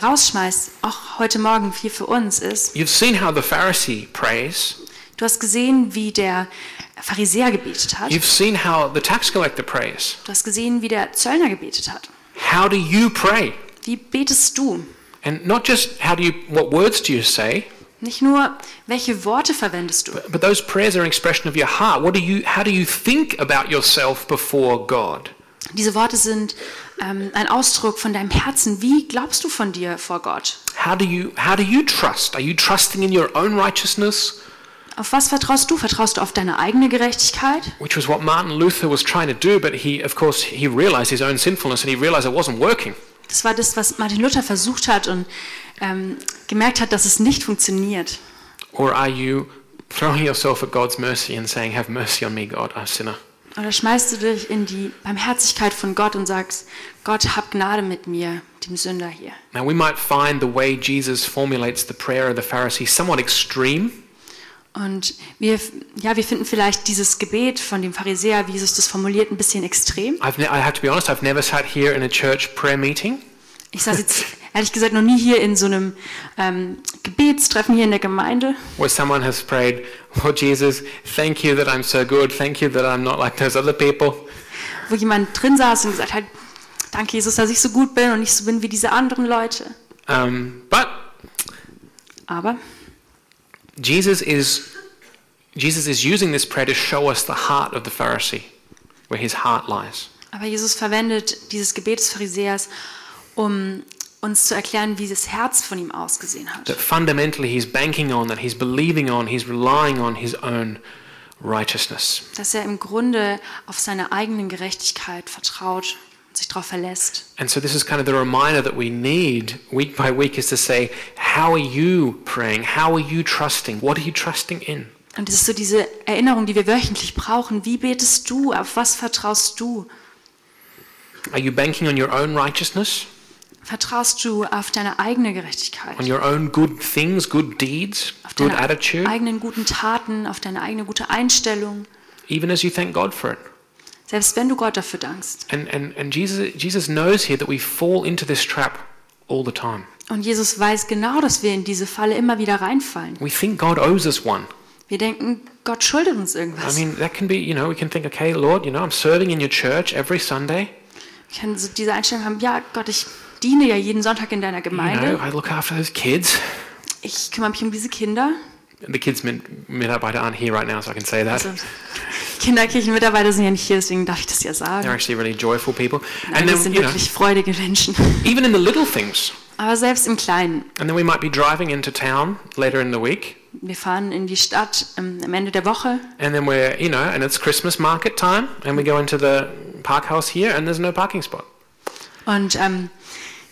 Speaker 2: rausschmeißt, auch heute Morgen viel für uns ist,
Speaker 1: you've seen how the Pharisee prays,
Speaker 2: du hast gesehen, wie der Pharisäer gebetet hat.
Speaker 1: you've seen how the tax collector prays.
Speaker 2: Du hast gesehen, wie der Zöllner gebetet hat.
Speaker 1: How do you pray?
Speaker 2: Wie betest du?
Speaker 1: And not just how do you, what words do you say,
Speaker 2: Nicht nur, welche Worte verwendest du,
Speaker 1: but those prayers are an expression of your heart. What do you, how do you think about yourself before God?
Speaker 2: Diese Worte sind ähm, ein Ausdruck von deinem Herzen. Wie glaubst du von dir vor Gott?
Speaker 1: How do you, how do you trust? Are you trusting in your own righteousness?
Speaker 2: Auf was vertraust du? Vertraust du auf deine eigene Gerechtigkeit?
Speaker 1: Which was what Martin Luther was trying to do, but he, of course, he realized his own sinfulness and he realized it wasn't working.
Speaker 2: Das war das, was Martin Luther versucht hat und ähm, gemerkt hat, dass es nicht funktioniert.
Speaker 1: Or are you throwing yourself at God's mercy and saying, Have mercy on me, God, I'm a sinner?
Speaker 2: Oder schmeißt du dich in die Barmherzigkeit von Gott und sagst, Gott, hab Gnade mit mir, dem Sünder hier.
Speaker 1: Now, we might find the way Jesus formulates the prayer of the Pharisee somewhat extreme,
Speaker 2: Und wir, ja, wir finden vielleicht dieses Gebet von dem Pharisäer, wie Jesus das formuliert, ein bisschen extrem.
Speaker 1: I've ne- I have to be honest, I've never sat here in a church prayer meeting
Speaker 2: Ich saß jetzt ehrlich gesagt noch nie hier in so einem ähm, Gebetstreffen hier in der Gemeinde,
Speaker 1: where someone has prayed, Lord Jesus, thank you that I'm so good. Thank you that I'm not like those other people.
Speaker 2: wo jemand drin saß und gesagt hat, danke Jesus, dass ich so gut bin und nicht so bin wie diese anderen Leute.
Speaker 1: Um, but
Speaker 2: Aber
Speaker 1: Jesus is, Jesus is using this prayer to show us the heart of the Pharisee, where his heart lies.
Speaker 2: Aber Jesus verwendet dieses Gebet des Pharisäers, um uns zu erklären, wie das Herz von ihm ausgesehen
Speaker 1: That
Speaker 2: hat.
Speaker 1: fundamentally he's banking on, that he's believing on, he's relying on his own righteousness.
Speaker 2: Dass er im Grunde auf seine eigenen Gerechtigkeit vertraut und sich darauf verlässt.
Speaker 1: And so this is kind of the reminder that we need week by week is to say, how are you praying? How are you trusting? What are you trusting in?
Speaker 2: Und es ist so diese Erinnerung, die wir wöchentlich brauchen. Wie betest du? Auf was vertraust du?
Speaker 1: Are you banking on your own righteousness?
Speaker 2: Vertraust du auf deine eigene Gerechtigkeit?
Speaker 1: On your own good things, good deeds,
Speaker 2: auf
Speaker 1: good
Speaker 2: deine
Speaker 1: attitude,
Speaker 2: eigenen guten Taten, auf deine eigene gute Einstellung,
Speaker 1: even as you thank God for it?
Speaker 2: selbst wenn du Gott dafür dankst.
Speaker 1: And, and, and Jesus, Jesus knows here that we fall into this trap all the time.
Speaker 2: Und Jesus weiß genau, dass wir in diese Falle immer wieder reinfallen.
Speaker 1: We think God owes us one.
Speaker 2: Wir denken, Gott schuldet uns
Speaker 1: I
Speaker 2: irgendwas.
Speaker 1: mean, that can be, you know, we can think, okay, Lord, you know, I'm serving in your church every Sunday.
Speaker 2: Wir können so diese Einstellung haben, ja Gott, ich diene ja jeden Sonntag in deiner
Speaker 1: You know,
Speaker 2: Gemeinde.
Speaker 1: I look after those kids.
Speaker 2: Ich kümmere mich um diese Kinder.
Speaker 1: The kids' min- Mitarbeiter aren't here right now, so I can say that.
Speaker 2: Also, Kinderkirchenmitarbeiter sind ja nicht hier, deswegen darf ich das ja
Speaker 1: They're
Speaker 2: sagen.
Speaker 1: actually really joyful people.
Speaker 2: Nein,
Speaker 1: And
Speaker 2: das
Speaker 1: then,
Speaker 2: sind
Speaker 1: you know,
Speaker 2: wirklich freudige Menschen.
Speaker 1: even in the little things.
Speaker 2: Aber selbst im Kleinen.
Speaker 1: And then we might be driving into town later in the week.
Speaker 2: Wir fahren in die Stadt ähm, am Ende der Woche
Speaker 1: And then we're, you know, and it's Christmas market time, and we go into the park house here, and there's no parking spot.
Speaker 2: Und ähm,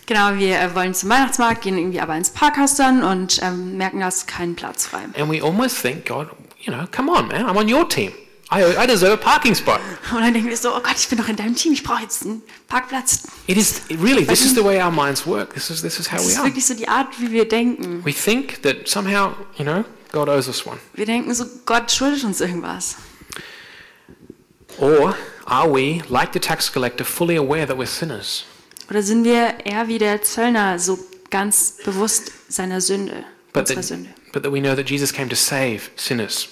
Speaker 2: genau, wir äh, wollen zum Weihnachtsmarkt, gehen irgendwie aber ins Parkhaus dann und ähm, merken, da ist kein Platz frei.
Speaker 1: And we almost think, God, you know, come on, man, I'm on your team. I, I deserve a parking spot.
Speaker 2: Und dann denken wir so, oh Gott, ich bin doch in deinem Team, ich brauche jetzt einen Parkplatz.
Speaker 1: It is it really, this is the way our minds work. This is, this is how
Speaker 2: Das
Speaker 1: we
Speaker 2: ist
Speaker 1: are.
Speaker 2: wirklich so die Art, wie wir denken.
Speaker 1: We think that somehow, you know, God owes us one.
Speaker 2: Wir denken so, Gott schuldet uns irgendwas.
Speaker 1: Or are we, like the tax collector, fully aware that we're sinners?
Speaker 2: Oder sind wir eher wie der Zöllner, so ganz bewusst seiner Sünde,
Speaker 1: But
Speaker 2: unserer
Speaker 1: that,
Speaker 2: Sünde.
Speaker 1: but that we know that Jesus came to save sinners,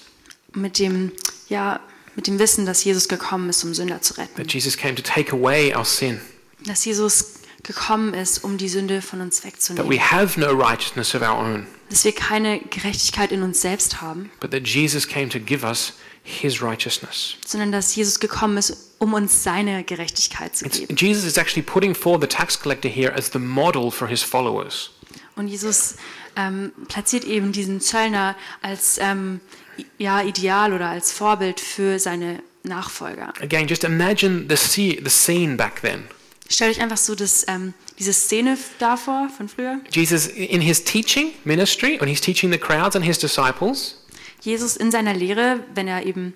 Speaker 2: Mit dem, ja, mit dem Wissen, dass Jesus gekommen ist, um Sünder zu retten.
Speaker 1: that Jesus came to take away our sin,
Speaker 2: Dass Jesus gekommen ist, um die Sünde von uns
Speaker 1: that we
Speaker 2: wegzunehmen.
Speaker 1: have no righteousness of our own,
Speaker 2: Dass wir keine Gerechtigkeit in uns selbst haben,
Speaker 1: but that Jesus came to give us his righteousness.
Speaker 2: sondern dass Jesus gekommen ist, um uns seine Gerechtigkeit zu
Speaker 1: It's,
Speaker 2: geben.
Speaker 1: Jesus is actually putting forward the tax collector here as the model for his followers.
Speaker 2: Und Jesus ähm, platziert eben diesen Zöllner als ähm, i- ja, Ideal oder als Vorbild für seine Nachfolger.
Speaker 1: Again, just imagine the, sea, the scene back then.
Speaker 2: Stellt euch einfach so das, ähm, diese Szene f- davor von früher.
Speaker 1: Jesus, in his teaching ministry, when he's teaching the crowds and his disciples,
Speaker 2: Jesus in seiner Lehre, wenn er eben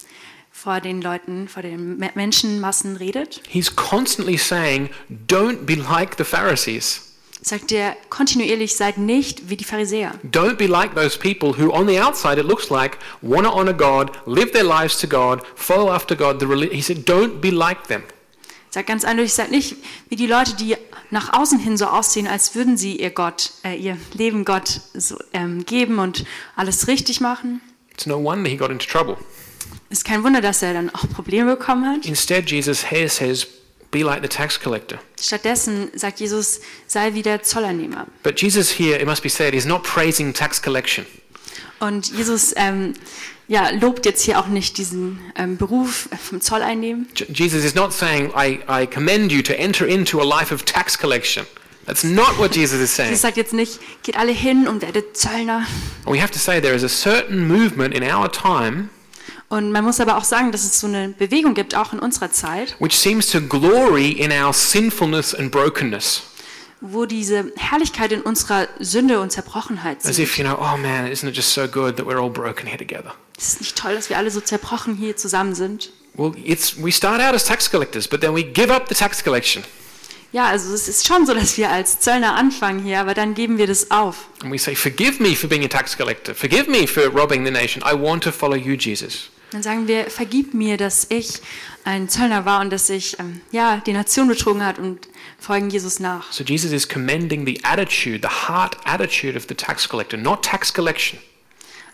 Speaker 2: vor den Leuten, vor den Me- Menschenmassen redet,
Speaker 1: he's constantly saying, Don't be like the Pharisees.
Speaker 2: sagt er kontinuierlich, seid nicht wie die Pharisäer.
Speaker 1: Don't be like those people who, on the outside, it looks like, want to honor God, live their lives to God, follow after God. The reli-. He said, Don't be like them.
Speaker 2: Sagt ganz eindeutig, seid nicht wie die Leute, die nach außen hin so aussehen, als würden sie ihr Gott, äh, ihr Leben Gott so, ähm, geben und alles richtig machen.
Speaker 1: It's no wonder he got into trouble.
Speaker 2: Ist kein Wunder, dass er dann auch Probleme bekommen hat.
Speaker 1: Instead, Jesus here says, Be like the tax collector.
Speaker 2: Stattdessen sagt Jesus, sei wie der Zollernehmer.
Speaker 1: But Jesus here, it must be said, is not praising tax collection.
Speaker 2: Und Jesus ähm, ja, lobt jetzt hier auch nicht diesen ähm, Beruf vom Zoll einnehmen.
Speaker 1: J- Jesus is not saying, I, I commend you to enter into a life of tax collection. That's not what Jesus is saying.
Speaker 2: Jesus sagt jetzt nicht, geht alle hin und werdet Zöllner.
Speaker 1: And we have to say there is a certain movement in our time
Speaker 2: Und man muss aber auch sagen, dass es so eine Bewegung gibt, auch in unserer Zeit,
Speaker 1: which seems to glory in our sinfulness and brokenness.
Speaker 2: wo diese Herrlichkeit in unserer Sünde und Zerbrochenheit
Speaker 1: As
Speaker 2: sieht.
Speaker 1: if, you know, oh man, isn't it just so good that we're all broken here together?
Speaker 2: Es ist nicht toll, dass wir alle so zerbrochen hier zusammen sind.
Speaker 1: Well, it's, we start out as tax collectors, but then we give up the tax collection
Speaker 2: Ja, also es ist schon so, dass wir als Zöllner anfangen hier, aber dann geben wir das auf.
Speaker 1: and we say, Forgive me for being a tax collector. Forgive me for robbing the nation. I want to follow you, Jesus.
Speaker 2: Dann sagen wir, vergib mir, dass ich ein Zöllner war und dass ich ähm, ja, die Nation betrogen hat und folgen Jesus nach.
Speaker 1: So Jesus is commending the attitude, the heart attitude of the tax collector, not tax collection.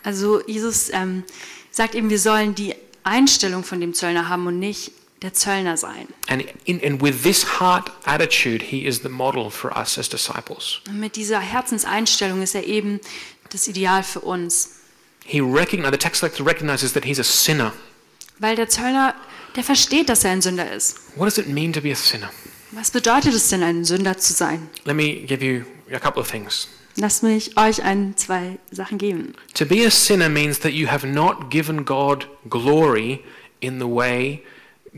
Speaker 2: Also Jesus ähm, sagt eben, wir sollen die Einstellung von dem Zöllner haben und nicht der Zöllner sein.
Speaker 1: And, in, and with this heart attitude, he is the model for us as disciples.
Speaker 2: Und mit dieser Herzenseinstellung ist er eben das Ideal für uns.
Speaker 1: He recognizes, the tax collector recognizes that he's a sinner.
Speaker 2: Weil der Zöllner, der versteht, dass er ein Sünder ist.
Speaker 1: What does it mean to be a sinner?
Speaker 2: Was bedeutet es denn, ein Sünder zu sein?
Speaker 1: Let me give you a couple of things.
Speaker 2: Lasst mich euch ein, zwei Sachen geben.
Speaker 1: To be a sinner means that you have not given God glory in the way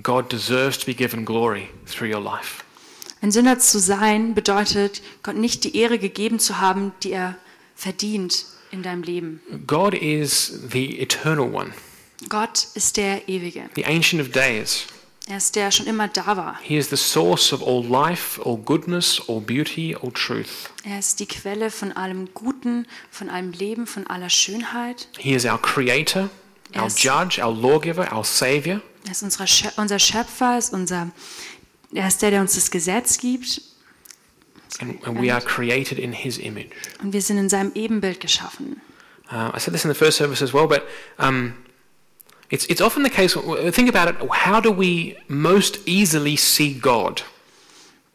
Speaker 1: God deserves to be given glory through your life.
Speaker 2: Ein Sünder zu sein bedeutet, Gott nicht die Ehre gegeben zu haben, die er verdient in deinem Leben.
Speaker 1: God is the eternal one,
Speaker 2: Gott ist der Ewige.
Speaker 1: the ancient of days.
Speaker 2: Er ist der, der schon immer da war.
Speaker 1: He is the source of all life, all goodness, all beauty, all truth.
Speaker 2: Er ist die Quelle von allem Guten, von allem Leben, von aller Schönheit.
Speaker 1: He is our creator, our
Speaker 2: Yes.
Speaker 1: judge, our lawgiver, our savior.
Speaker 2: Er ist unser, Schö unser Schöpfer, ist unser, er ist der, der uns das Gesetz gibt.
Speaker 1: And, and we are created in his image.
Speaker 2: Und wir sind in seinem Ebenbild geschaffen.
Speaker 1: Uh, I said this in the first service as well, but um, it's, it's often the case, think about it, how do we most easily see God?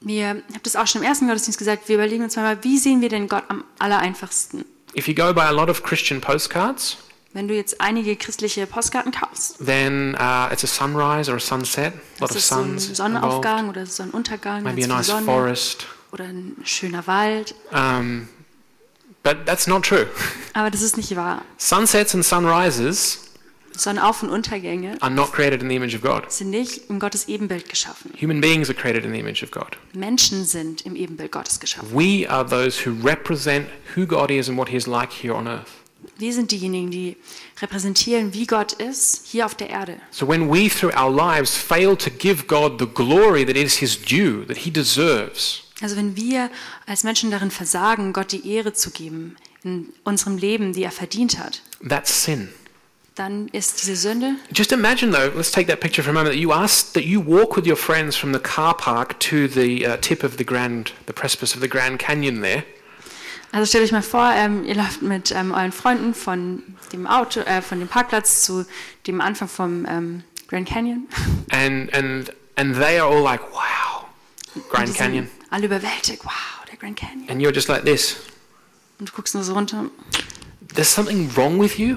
Speaker 2: Wir, ich habe das auch schon im ersten Gottesdienst gesagt, wir überlegen uns mal, wie sehen wir denn Gott am aller einfachsten?
Speaker 1: If you go by a lot of Christian postcards,
Speaker 2: Wenn du jetzt einige christliche Postkarten kaufst,
Speaker 1: then uh, it's a sunrise or a sunset, a lot
Speaker 2: das
Speaker 1: of
Speaker 2: ist so ein
Speaker 1: suns, involved,
Speaker 2: Sonnenaufgang oder so ein Untergang,
Speaker 1: maybe a
Speaker 2: ganz
Speaker 1: nice
Speaker 2: viel Sonne
Speaker 1: forest.
Speaker 2: oder ein schöner Wald.
Speaker 1: Um, but that's not true.
Speaker 2: Aber das ist nicht wahr.
Speaker 1: Sunsets and sunrises
Speaker 2: Sonnenauf- und Untergänge
Speaker 1: are not created in the image of God.
Speaker 2: sind nicht in Gottes Ebenbild geschaffen.
Speaker 1: Human beings are created in the image of God.
Speaker 2: Menschen sind im Ebenbild Gottes geschaffen.
Speaker 1: We are those who represent who God is and what He is like here on earth.
Speaker 2: Wir sind diejenigen, die repräsentieren, wie Gott ist, hier auf der Erde.
Speaker 1: So when we, through our lives, fail to give God the glory that is His due, that He deserves,
Speaker 2: Also wenn wir als Menschen darin versagen, Gott die Ehre zu geben in unserem Leben, die er verdient hat,
Speaker 1: that's sin.
Speaker 2: dann ist diese Sünde.
Speaker 1: Just imagine, though. Let's take that picture for a moment. That you ask that you walk with your friends from the car park to the uh, tip of the grand, the precipice of the Grand Canyon. There,
Speaker 2: Also stellt euch mal vor, ähm, ihr läuft mit ähm, euren Freunden von dem Auto, äh, von dem Parkplatz zu dem Anfang vom ähm, Grand Canyon.
Speaker 1: and and and they are all like, "Wow,
Speaker 2: Und
Speaker 1: Grand
Speaker 2: die
Speaker 1: Canyon,"
Speaker 2: Sind alle überwältigt. Wow, der Grand Canyon.
Speaker 1: and you're just like this.
Speaker 2: Und du guckst nur so runter.
Speaker 1: There's something wrong with you.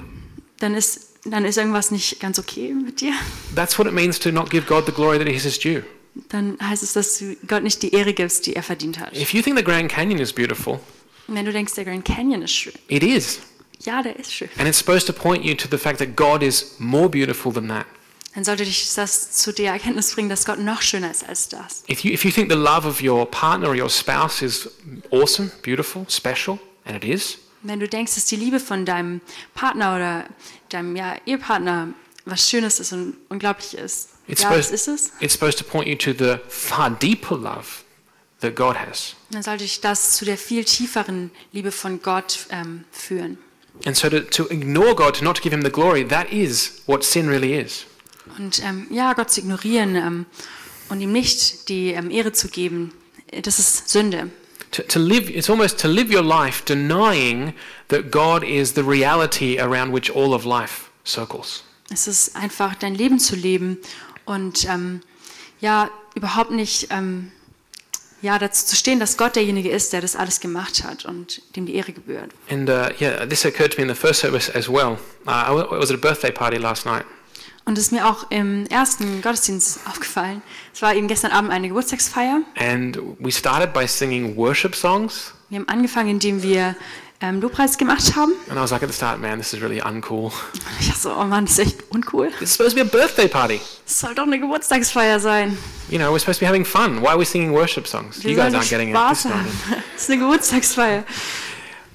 Speaker 2: Dann ist, dann ist irgendwas nicht ganz okay mit dir.
Speaker 1: That's what it means to not give God the glory that He's His due.
Speaker 2: Dann heißt es, dass du Gott nicht die Ehre gibst, die er verdient hat.
Speaker 1: If you think the Grand Canyon is beautiful,
Speaker 2: Und wenn du denkst, der Grand Canyon ist schön.
Speaker 1: it is,
Speaker 2: Ja, der ist schön.
Speaker 1: and it's supposed to point you to the fact that God is more beautiful than that.
Speaker 2: Dann sollte dich das zu der Erkenntnis bringen, dass Gott noch schöner ist als das.
Speaker 1: If you if you think the love of your partner or your spouse is awesome, beautiful, special, and it is,
Speaker 2: Wenn du denkst, dass die Liebe von deinem Partner oder deinem ja, Ehepartner was Schönes ist und unglaublich ist,
Speaker 1: it's
Speaker 2: ja, das
Speaker 1: supposed
Speaker 2: ist es,
Speaker 1: it's supposed to point you to the far deeper love that God has.
Speaker 2: dann sollte dich das zu der viel tieferen Liebe von Gott ähm, führen.
Speaker 1: And so to, to ignore God, to not give him the glory, that is what sin really is.
Speaker 2: Und ähm, ja, Gott zu ignorieren ähm, und ihm nicht die ähm, Ehre zu geben, äh, das ist Sünde.
Speaker 1: To, to live, it's almost to live your life denying that God is the reality around which all of life circles.
Speaker 2: Es ist einfach dein Leben zu leben und ähm, ja, überhaupt nicht ähm, ja, dazu zu stehen, dass Gott derjenige ist, der das alles gemacht hat und dem die Ehre gebührt.
Speaker 1: And uh, yeah, this occurred to me in the first service as well. Uh, I wa- I was at a birthday party last night,
Speaker 2: Und es ist mir auch im ersten Gottesdienst aufgefallen. Es war eben gestern Abend eine Geburtstagsfeier.
Speaker 1: and we started by singing worship songs.
Speaker 2: Wir haben angefangen, indem wir ähm, Lobpreis gemacht haben.
Speaker 1: And I was like at the start, man, this is really uncool.
Speaker 2: Und ich dachte so, oh Mann, das ist echt uncool.
Speaker 1: It's supposed to be a birthday party.
Speaker 2: Es soll doch eine Geburtstagsfeier sein.
Speaker 1: You know, we're supposed to be having fun. Why are we singing worship songs?
Speaker 2: Wir
Speaker 1: You guys
Speaker 2: sollen doch
Speaker 1: aren't getting it. This is
Speaker 2: Spaß
Speaker 1: not
Speaker 2: haben.
Speaker 1: it.
Speaker 2: Es ist eine Geburtstagsfeier.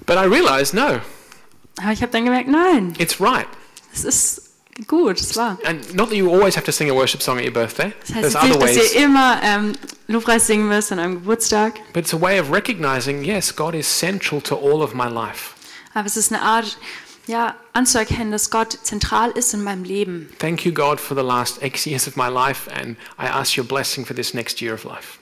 Speaker 1: But I realized, no,
Speaker 2: Aber ich habe dann gemerkt, nein,
Speaker 1: it's right.
Speaker 2: es ist gut, es war.
Speaker 1: And not that you always have to sing a worship song at your birthday.
Speaker 2: Das heißt
Speaker 1: There's
Speaker 2: jetzt
Speaker 1: other
Speaker 2: nicht, dass
Speaker 1: ways.
Speaker 2: ihr immer ähm, Lobpreis singen müsst an eurem Geburtstag,
Speaker 1: But it's a way of recognizing, yes, God is central to all of my life.
Speaker 2: aber es ist eine Art, ja, anzuerkennen, dass Gott zentral ist in meinem Leben.
Speaker 1: Thank you, God, for the last X years of my life, and I ask your blessing for this next year of life.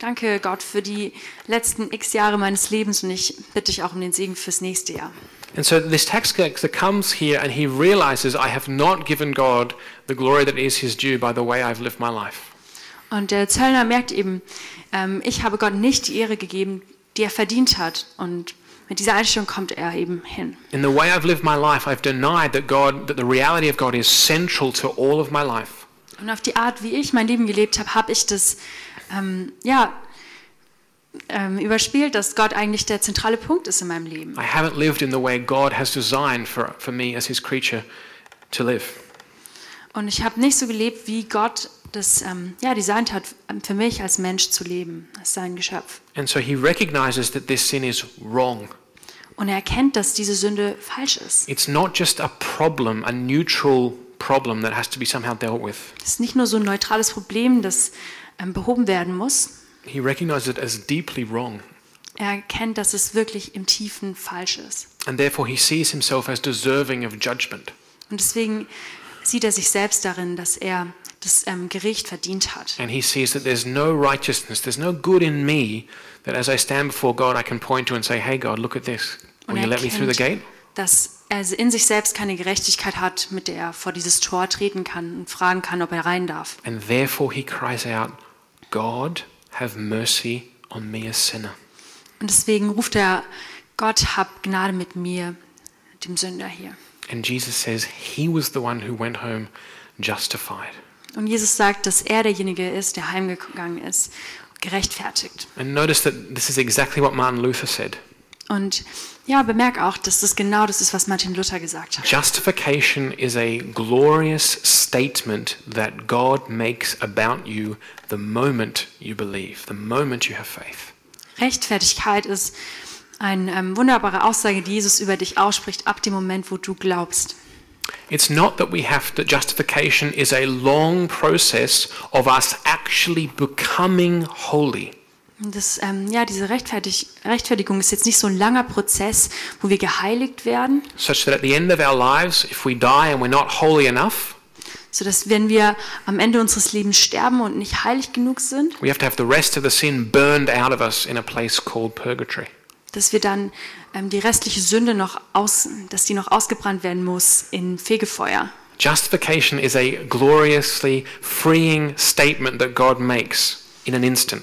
Speaker 2: Danke Gott für die letzten x Jahre meines Lebens und ich bitte dich auch um den Segen fürs nächste Jahr.
Speaker 1: And so this tax collector comes here and he realizes, I have not given God the glory that is his due by the way I've lived my life.
Speaker 2: Und der Zöllner merkt eben, ähm, ich habe Gott nicht die Ehre gegeben, die er verdient hat. Und mit dieser Einstellung kommt er eben hin.
Speaker 1: In the way I've lived my life, I've denied that God, that the reality of God is central to all of my life.
Speaker 2: Und auf die Art, wie ich mein Leben gelebt habe, habe ich das ähm, ja, ähm, überspielt, dass Gott eigentlich der zentrale Punkt ist in meinem Leben.
Speaker 1: I haven't lived in the way God has designed for, for me as his creature to live.
Speaker 2: Und ich habe nicht so gelebt, wie Gott das ähm, ja, designt hat, ähm, für mich als Mensch zu leben, als sein Geschöpf.
Speaker 1: And so he recognizes that this sin is wrong.
Speaker 2: Und er erkennt, dass diese Sünde falsch ist.
Speaker 1: It's not just a problem, a neutral problem that has to be somehow dealt with.
Speaker 2: Es ist nicht nur so ein neutrales Problem, das ähm, behoben werden muss.
Speaker 1: He recognizes it as deeply wrong.
Speaker 2: Er erkennt, dass es wirklich im Tiefen falsch ist.
Speaker 1: And therefore he sees himself as deserving of judgment.
Speaker 2: Und deswegen sieht er sich selbst darin, dass er das ähm, Gericht verdient hat.
Speaker 1: And he sees that there's no righteousness, there's no good in me that as I stand before God, I can point to and say, hey, God, look at this. Will
Speaker 2: Und
Speaker 1: you
Speaker 2: er
Speaker 1: let me through the gate?
Speaker 2: erkennt, dass er in sich selbst keine Gerechtigkeit hat, mit der er vor dieses Tor treten kann und fragen kann, ob er rein darf.
Speaker 1: And therefore he cries out, God, have mercy on me, a sinner.
Speaker 2: Und deswegen ruft er, Gott, hab Gnade mit mir, dem Sünder hier.
Speaker 1: And Jesus says he was the one who went home justified.
Speaker 2: Und Jesus sagt, dass er derjenige ist, der heimgegangen ist, gerechtfertigt.
Speaker 1: And notice that this is exactly what Martin Luther said
Speaker 2: Und ja, bemerk auch, dass das genau das ist, was Martin Luther gesagt hat.
Speaker 1: Justification is a glorious statement that God makes about you the moment you believe, the moment you have faith.
Speaker 2: Rechtfertigkeit ist eine ähm, wunderbare Aussage, die Jesus über dich ausspricht, ab dem Moment, wo du glaubst.
Speaker 1: It's not that we have to, justification is a long process of us actually becoming holy.
Speaker 2: Und Das, ähm, ja, diese Rechtfertig Rechtfertigung ist jetzt nicht so ein langer Prozess, wo wir geheiligt werden,
Speaker 1: such that at the end of our lives, if we die and we're not holy enough,
Speaker 2: sodass wenn wir am Ende unseres Lebens sterben und nicht heilig genug sind,
Speaker 1: we have to have the rest of the sin burned out of us in a place called purgatory.
Speaker 2: dass wir dann ähm, die restliche Sünde noch aus, dass die noch ausgebrannt werden muss in Fegefeuer.
Speaker 1: Justification is a gloriously freeing statement that God makes in an instant.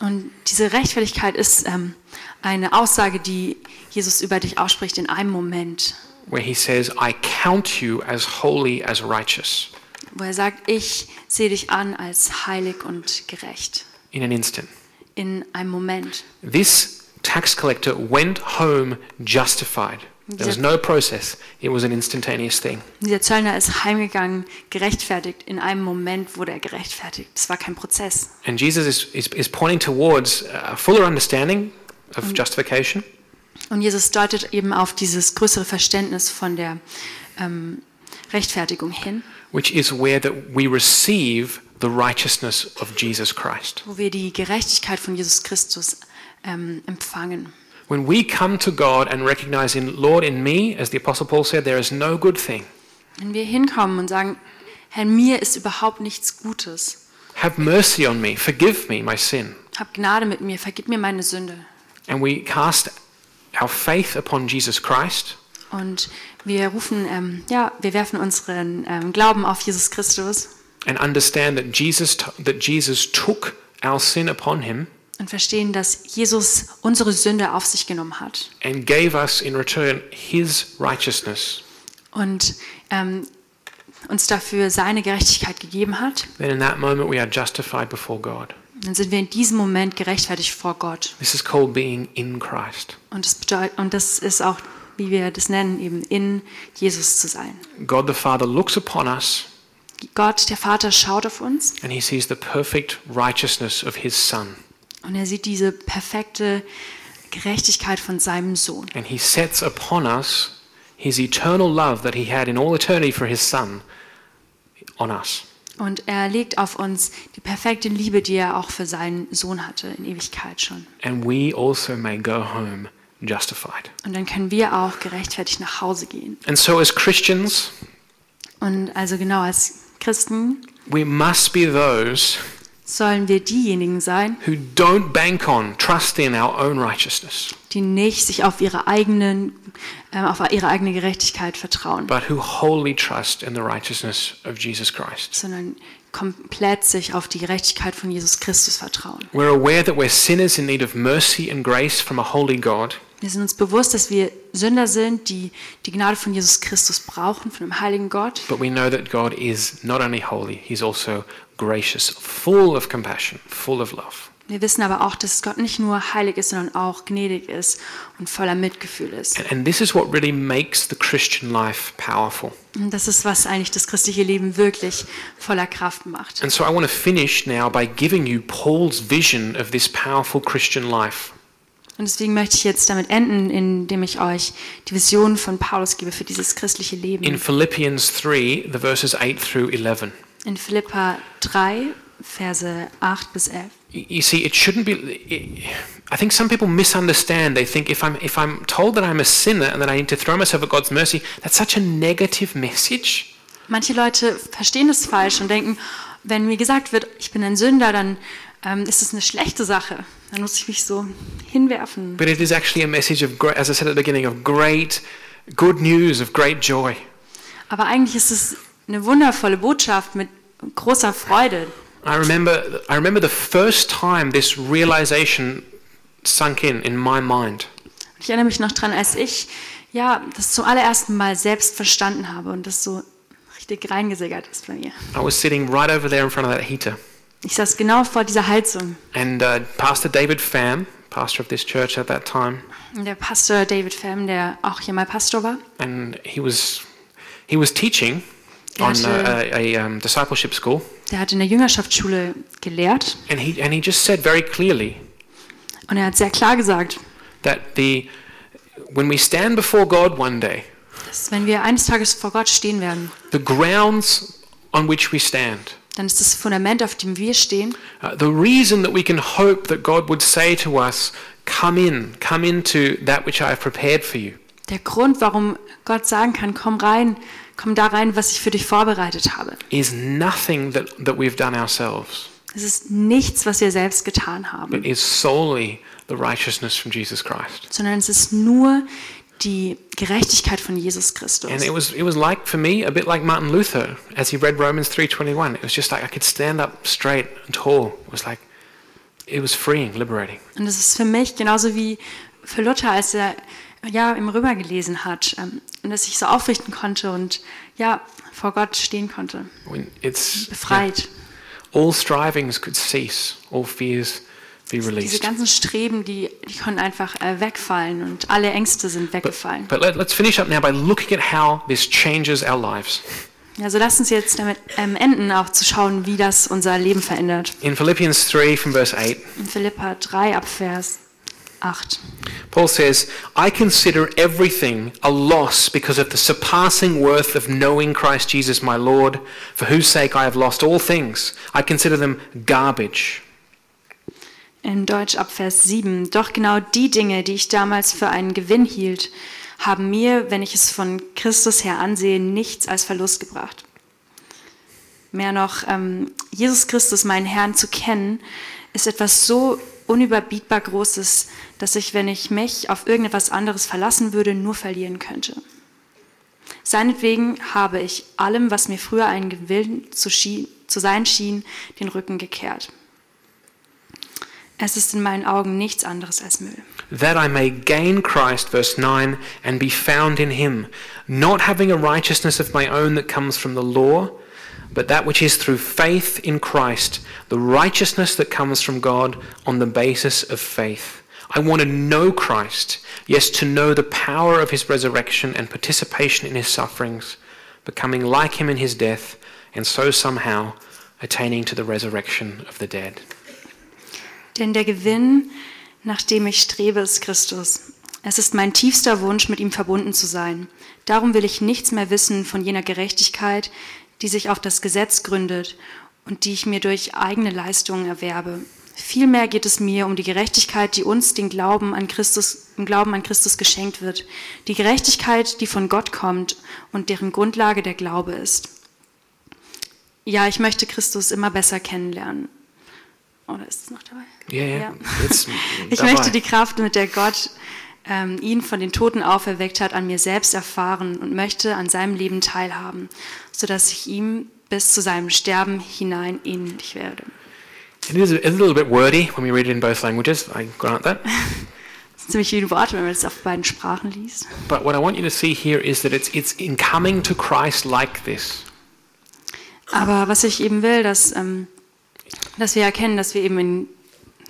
Speaker 2: Und diese Rechtfertigkeit ist ähm, eine Aussage, die Jesus über dich ausspricht in einem Moment,
Speaker 1: where he says, I count you as holy as righteous
Speaker 2: wo er sagt, ich sehe dich an als heilig und gerecht
Speaker 1: in an instant.
Speaker 2: in einem Moment.
Speaker 1: This tax collector went home justified. There was no process, it was an instantaneous thing.
Speaker 2: Dieser Zöllner ist heimgegangen, gerechtfertigt. In einem Moment wurde er gerechtfertigt. Es war kein Prozess.
Speaker 1: And Jesus is, is, is pointing towards a fuller understanding of justification.
Speaker 2: Und Jesus deutet eben auf dieses größere Verständnis von der ähm, Rechtfertigung hin,
Speaker 1: which is where that we receive the righteousness of Jesus Christ.
Speaker 2: wo wir die Gerechtigkeit von Jesus Christus ähm, empfangen.
Speaker 1: When we come to God and recognize in Lord in me, as the apostle Paul said, there is no good thing.
Speaker 2: Wenn wir hinkommen und sagen, Herr, mir ist überhaupt nichts Gutes.
Speaker 1: Have mercy on me, forgive me my sin.
Speaker 2: Hab Gnade mit mir, vergib mir meine Sünde.
Speaker 1: And we cast our faith upon Jesus Christ,
Speaker 2: Und wir rufen, ähm, ja, wir werfen unseren ähm, Glauben auf Jesus Christus
Speaker 1: and understand that Jesus t- that Jesus took our sin upon him
Speaker 2: und verstehen, dass Jesus unsere Sünde auf sich genommen hat.
Speaker 1: and gave us in return his righteousness.
Speaker 2: und ähm, uns dafür seine Gerechtigkeit gegeben hat,
Speaker 1: Then in that moment we are justified before God.
Speaker 2: dann sind wir in diesem Moment gerechtfertigt vor Gott.
Speaker 1: This is called being in Christ.
Speaker 2: Und das, bedeutet, und das ist auch, wie wir das nennen, eben in Jesus zu sein.
Speaker 1: God the Father looks upon us
Speaker 2: Gott, der Vater, schaut auf uns
Speaker 1: and he sees the perfect righteousness of his son
Speaker 2: und er sieht diese perfekte Gerechtigkeit von seinem Sohn.
Speaker 1: and he sets upon us his eternal love that he had in all eternity for his son on us.
Speaker 2: Und er legt auf uns die perfekte Liebe, die er auch für seinen Sohn hatte, in Ewigkeit schon.
Speaker 1: And we also may go home justified.
Speaker 2: Und dann können wir auch gerechtfertigt nach Hause gehen.
Speaker 1: And so as Christians,
Speaker 2: Und also genau als Christen
Speaker 1: we must be those
Speaker 2: sollen wir diejenigen sein,
Speaker 1: who don't bank on, trust in our own righteousness,
Speaker 2: die nicht sich auf ihre eigenen, ähm, auf ihre eigene Gerechtigkeit vertrauen,
Speaker 1: but who wholly trust in the righteousness of Jesus Christ.
Speaker 2: sondern komplett sich auf die Gerechtigkeit von Jesus Christus vertrauen.
Speaker 1: We're aware that we're sinners in need of mercy and grace from a holy God,
Speaker 2: Wir sind uns bewusst, dass wir Sünder sind, die die Gnade von Jesus Christus brauchen, von dem heiligen Gott.
Speaker 1: but we know that God is not only holy, He's also gracious, full of compassion, full of love.
Speaker 2: Wir wissen aber auch, dass Gott nicht nur heilig ist, sondern auch gnädig ist und voller Mitgefühl ist.
Speaker 1: And- And this is what really makes the Christian life powerful.
Speaker 2: Und das ist, was eigentlich das christliche Leben wirklich voller Kraft macht.
Speaker 1: And so I want to finish now by giving you Paul's vision of this powerful Christian life.
Speaker 2: Und deswegen möchte ich jetzt damit enden, indem ich euch die Vision von Paulus gebe für dieses christliche Leben.
Speaker 1: In Philippians 3, the verses 8 through 11.
Speaker 2: In Philippa 3, Verse 8 bis 11.
Speaker 1: Y- You see, it shouldn't be. I think some people misunderstand. They think if I'm if I'm told that I'm a sinner and that I need to throw myself at God's mercy, that's such a negative message.
Speaker 2: Manche Leute verstehen es falsch und denken, wenn mir gesagt wird, ich bin ein Sünder, dann ähm, ist es eine schlechte Sache. Dann muss ich mich so hinwerfen.
Speaker 1: But it is actually a message of, gre- as I said at the beginning, of great good news, of great joy.
Speaker 2: Aber eigentlich ist es eine wundervolle Botschaft mit großer Freude.
Speaker 1: I remember I remember the first time this realization sunk in in my mind.
Speaker 2: Ich erinnere mich noch dran, als ich ja, das zum allerersten Mal selbst verstanden habe und das so richtig reingesickert ist bei mir.
Speaker 1: I was sitting right over there in front of that heater.
Speaker 2: Ich saß genau vor dieser Heizung
Speaker 1: And uh, Pastor David Pham, pastor of this church at that time,
Speaker 2: und der Pastor David Pham, der auch hier mal Pastor war,
Speaker 1: and he was he was teaching
Speaker 2: Ja,
Speaker 1: on
Speaker 2: schön.
Speaker 1: uh, a, a um, discipleship school,
Speaker 2: Der hat in der Jüngerschaftsschule gelehrt
Speaker 1: and he and he just said very clearly
Speaker 2: und er hat sehr klar gesagt,
Speaker 1: that the when we stand before God one day,
Speaker 2: dass wenn wir eines Tages vor Gott stehen werden,
Speaker 1: the grounds on which we stand,
Speaker 2: dann ist das Fundament, auf dem wir stehen,
Speaker 1: uh, the reason that we can hope that God would say to us, "Come in, come into that which I have prepared for you."
Speaker 2: der Grund, warum Gott sagen kann, komm rein, komm da rein, was ich für dich vorbereitet habe.
Speaker 1: Is nothing that, that we've done ourselves.
Speaker 2: Es ist nichts, was wir selbst getan haben,
Speaker 1: It is solely the righteousness from Jesus Christ.
Speaker 2: sondern es ist nur die Gerechtigkeit von Jesus Christus.
Speaker 1: And it was it was like for me a bit like Martin Luther as he read Romans 3:21. It was just like I could stand up straight and tall. It was like it was freeing, liberating.
Speaker 2: Und das ist für mich genauso wie für Luther, als er ja im Römer gelesen hat ähm, und dass ich so aufrichten konnte und ja vor Gott stehen konnte,
Speaker 1: When it's
Speaker 2: befreit.
Speaker 1: all strivings could cease, all fears be
Speaker 2: Diese
Speaker 1: released.
Speaker 2: ganzen Streben, die, die konnten einfach äh, wegfallen und alle Ängste sind weggefallen.
Speaker 1: But let, let's finish up now by looking at how this changes our lives.
Speaker 2: Also lasst uns jetzt damit ähm, enden, auch zu schauen, wie das unser Leben verändert.
Speaker 1: In Philippians 3 from verse 8,
Speaker 2: In Philippa 3 ab Vers 8.
Speaker 1: Paul says, I consider everything a loss because of the surpassing worth of knowing Christ Jesus my Lord, for whose sake I have lost all things. I consider them garbage.
Speaker 2: In Deutsch ab Vers 7. Doch genau die Dinge, die ich damals für einen Gewinn hielt, haben mir, wenn ich es von Christus her ansehe, nichts als Verlust gebracht. Mehr noch, ähm, Jesus Christus, meinen Herrn, zu kennen, ist etwas so unüberbietbar Großes, dass ich, wenn ich mich auf irgendetwas anderes verlassen würde, nur verlieren könnte. Seinetwegen habe ich allem, was mir früher ein Gewinn zu, schien, zu sein schien, den Rücken gekehrt. Es ist in meinen Augen nichts anderes als Müll.
Speaker 1: That I may gain Christ, verse 9, and be found in him, not having a righteousness of my own that comes from the law, but that which is through faith in Christ, the righteousness that comes from God on the basis of faith. I want to know Christ, yes, to know the power of his resurrection and participation in his sufferings, becoming like him in his death, and so somehow attaining to the resurrection of the dead.
Speaker 2: Denn der Gewinn, nach dem ich strebe, ist Christus. Es ist mein tiefster Wunsch, mit ihm verbunden zu sein. Darum will ich nichts mehr wissen von jener Gerechtigkeit, die sich auf das Gesetz gründet und die ich mir durch eigene Leistungen erwerbe. Vielmehr geht es mir um die Gerechtigkeit, die uns den Glauben an Christus, im Glauben an Christus geschenkt wird. Die Gerechtigkeit, die von Gott kommt und deren Grundlage der Glaube ist. Ja, ich möchte Christus immer besser kennenlernen. Oder ist es noch dabei?
Speaker 1: Yeah, yeah.
Speaker 2: Ja.
Speaker 1: It's
Speaker 2: Ich
Speaker 1: dabei.
Speaker 2: möchte die Kraft, mit der Gott ähm, ihn von den Toten auferweckt hat, an mir selbst erfahren und möchte an seinem Leben teilhaben, sodass ich ihm bis zu seinem Sterben hinein ähnlich werde.
Speaker 1: It is a a little bit wordy when we read it in both languages, I grant that.
Speaker 2: Das sind ziemlich viele Worte, wenn man das auf beiden Sprachen liest.
Speaker 1: But what I want you to see here is that it's, it's in coming to Christ like this,
Speaker 2: Aber was ich eben will, dass, ähm, dass wir erkennen, dass wir eben in,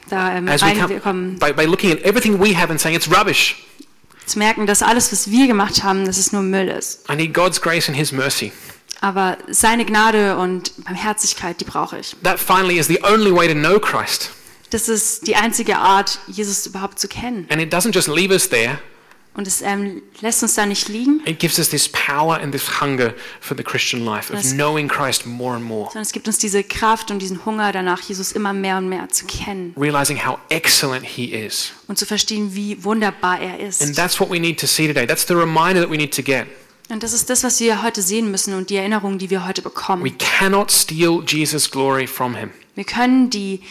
Speaker 2: da ähm,
Speaker 1: as we come,
Speaker 2: reinkommen,
Speaker 1: by, by looking at everything we have and saying it's rubbish.
Speaker 2: zu merken, dass alles, was wir gemacht haben, dass es nur Müll ist.
Speaker 1: I need God's grace and His mercy.
Speaker 2: Aber seine Gnade und Barmherzigkeit, die brauche ich.
Speaker 1: That finally is the only way to know Christ.
Speaker 2: Das ist die einzige Art, Jesus überhaupt zu kennen.
Speaker 1: And it doesn't just leave us there,
Speaker 2: Und es ähm, lässt uns da nicht liegen,
Speaker 1: it gives us this power and this hunger for the Christian life of
Speaker 2: Yes.
Speaker 1: knowing Christ more and more,
Speaker 2: sondern es gibt uns diese Kraft und diesen Hunger danach, Jesus immer mehr und mehr zu kennen
Speaker 1: realizing how excellent He is.
Speaker 2: und zu verstehen, wie wunderbar er
Speaker 1: And
Speaker 2: ist.
Speaker 1: that's what we need to see today. That's the reminder that we need to get.
Speaker 2: Und das ist das, was wir heute sehen müssen und die Erinnerung, die wir heute
Speaker 1: We
Speaker 2: bekommen.
Speaker 1: cannot steal Jesus' glory from Him.
Speaker 2: Wir können die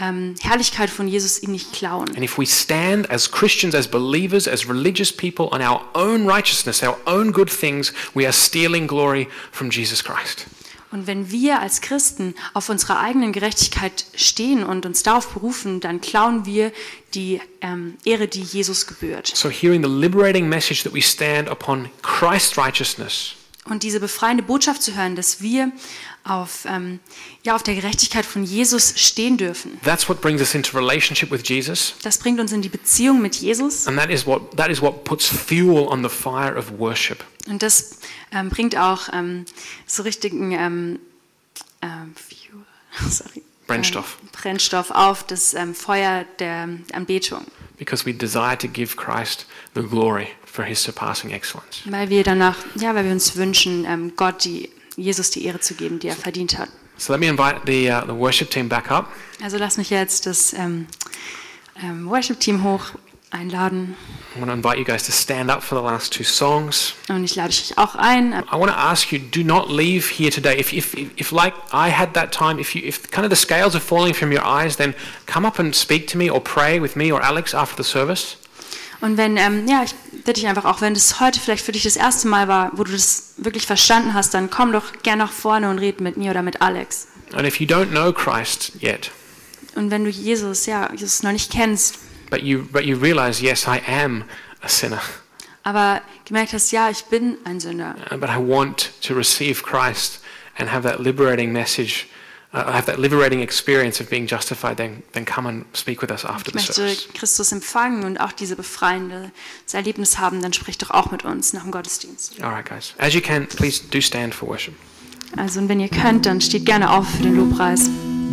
Speaker 2: ähm, Herrlichkeit von Jesus ihm nicht klauen.
Speaker 1: And if we stand as Christians, as believers, as religious people on our own righteousness, our own good things, we are stealing glory from Jesus Christ.
Speaker 2: Und wenn wir als Christen auf unserer eigenen Gerechtigkeit stehen und uns darauf berufen, dann klauen wir die ähm, Ehre, die Jesus gebührt.
Speaker 1: So, hearing the liberating message that we stand upon Christ's righteousness,
Speaker 2: Und diese befreiende Botschaft zu hören, dass wir auf, ähm, ja, auf der Gerechtigkeit von Jesus stehen dürfen,
Speaker 1: that's what brings us into relationship with Jesus.
Speaker 2: das bringt uns in die Beziehung mit Jesus
Speaker 1: And that is what, that is what puts fuel on the fire of worship.
Speaker 2: und das ähm, bringt auch ähm, so richtigen ähm, ähm, Fuel, sorry,
Speaker 1: Brennstoff.
Speaker 2: Ähm, Brennstoff auf das ähm, Feuer der Anbetung,
Speaker 1: Because we desire to give Christ the glory for his surpassing excellence.
Speaker 2: weil wir danach, ja, weil wir uns wünschen, ähm, Gott die Jesus die Ehre zu geben, die er verdient hat.
Speaker 1: So let me invite the, uh, the worship team back up.
Speaker 2: Also lass mich jetzt das ähm, ähm, Worship-Team hoch einladen.
Speaker 1: I want to invite you guys to stand up for the last two songs.
Speaker 2: Und ich lade euch auch ein.
Speaker 1: I want to ask you, do not leave here today. If, if, if like I had that time, if, you, if kind of the scales are falling from your eyes, then come up and speak to me or pray with me or Alex after the service.
Speaker 2: Und wenn, ähm, ja, ich bitte dich einfach auch, wenn das heute vielleicht für dich das erste Mal war, wo du das wirklich verstanden hast, dann komm doch gern nach vorne und red mit mir oder mit Alex.
Speaker 1: And if you don't know Christ yet,
Speaker 2: Und wenn du Jesus, ja, Jesus noch nicht kennst,
Speaker 1: but you, but you realize, yes, I am a sinner,
Speaker 2: aber gemerkt hast, ja, ich bin ein Sünder,
Speaker 1: uh, but I want to receive Christ and have that liberating message, uh, have that liberating experience of being justified, then, then come and speak with us after
Speaker 2: ich
Speaker 1: the
Speaker 2: möchte
Speaker 1: service.
Speaker 2: Christus empfangen und auch diese befreiende das Erlebnis haben, dann sprich doch auch mit uns nach dem Gottesdienst.
Speaker 1: All right, guys. As you can, please do stand for worship.
Speaker 2: Also und wenn ihr könnt, dann steht gerne auf für den Lobpreis.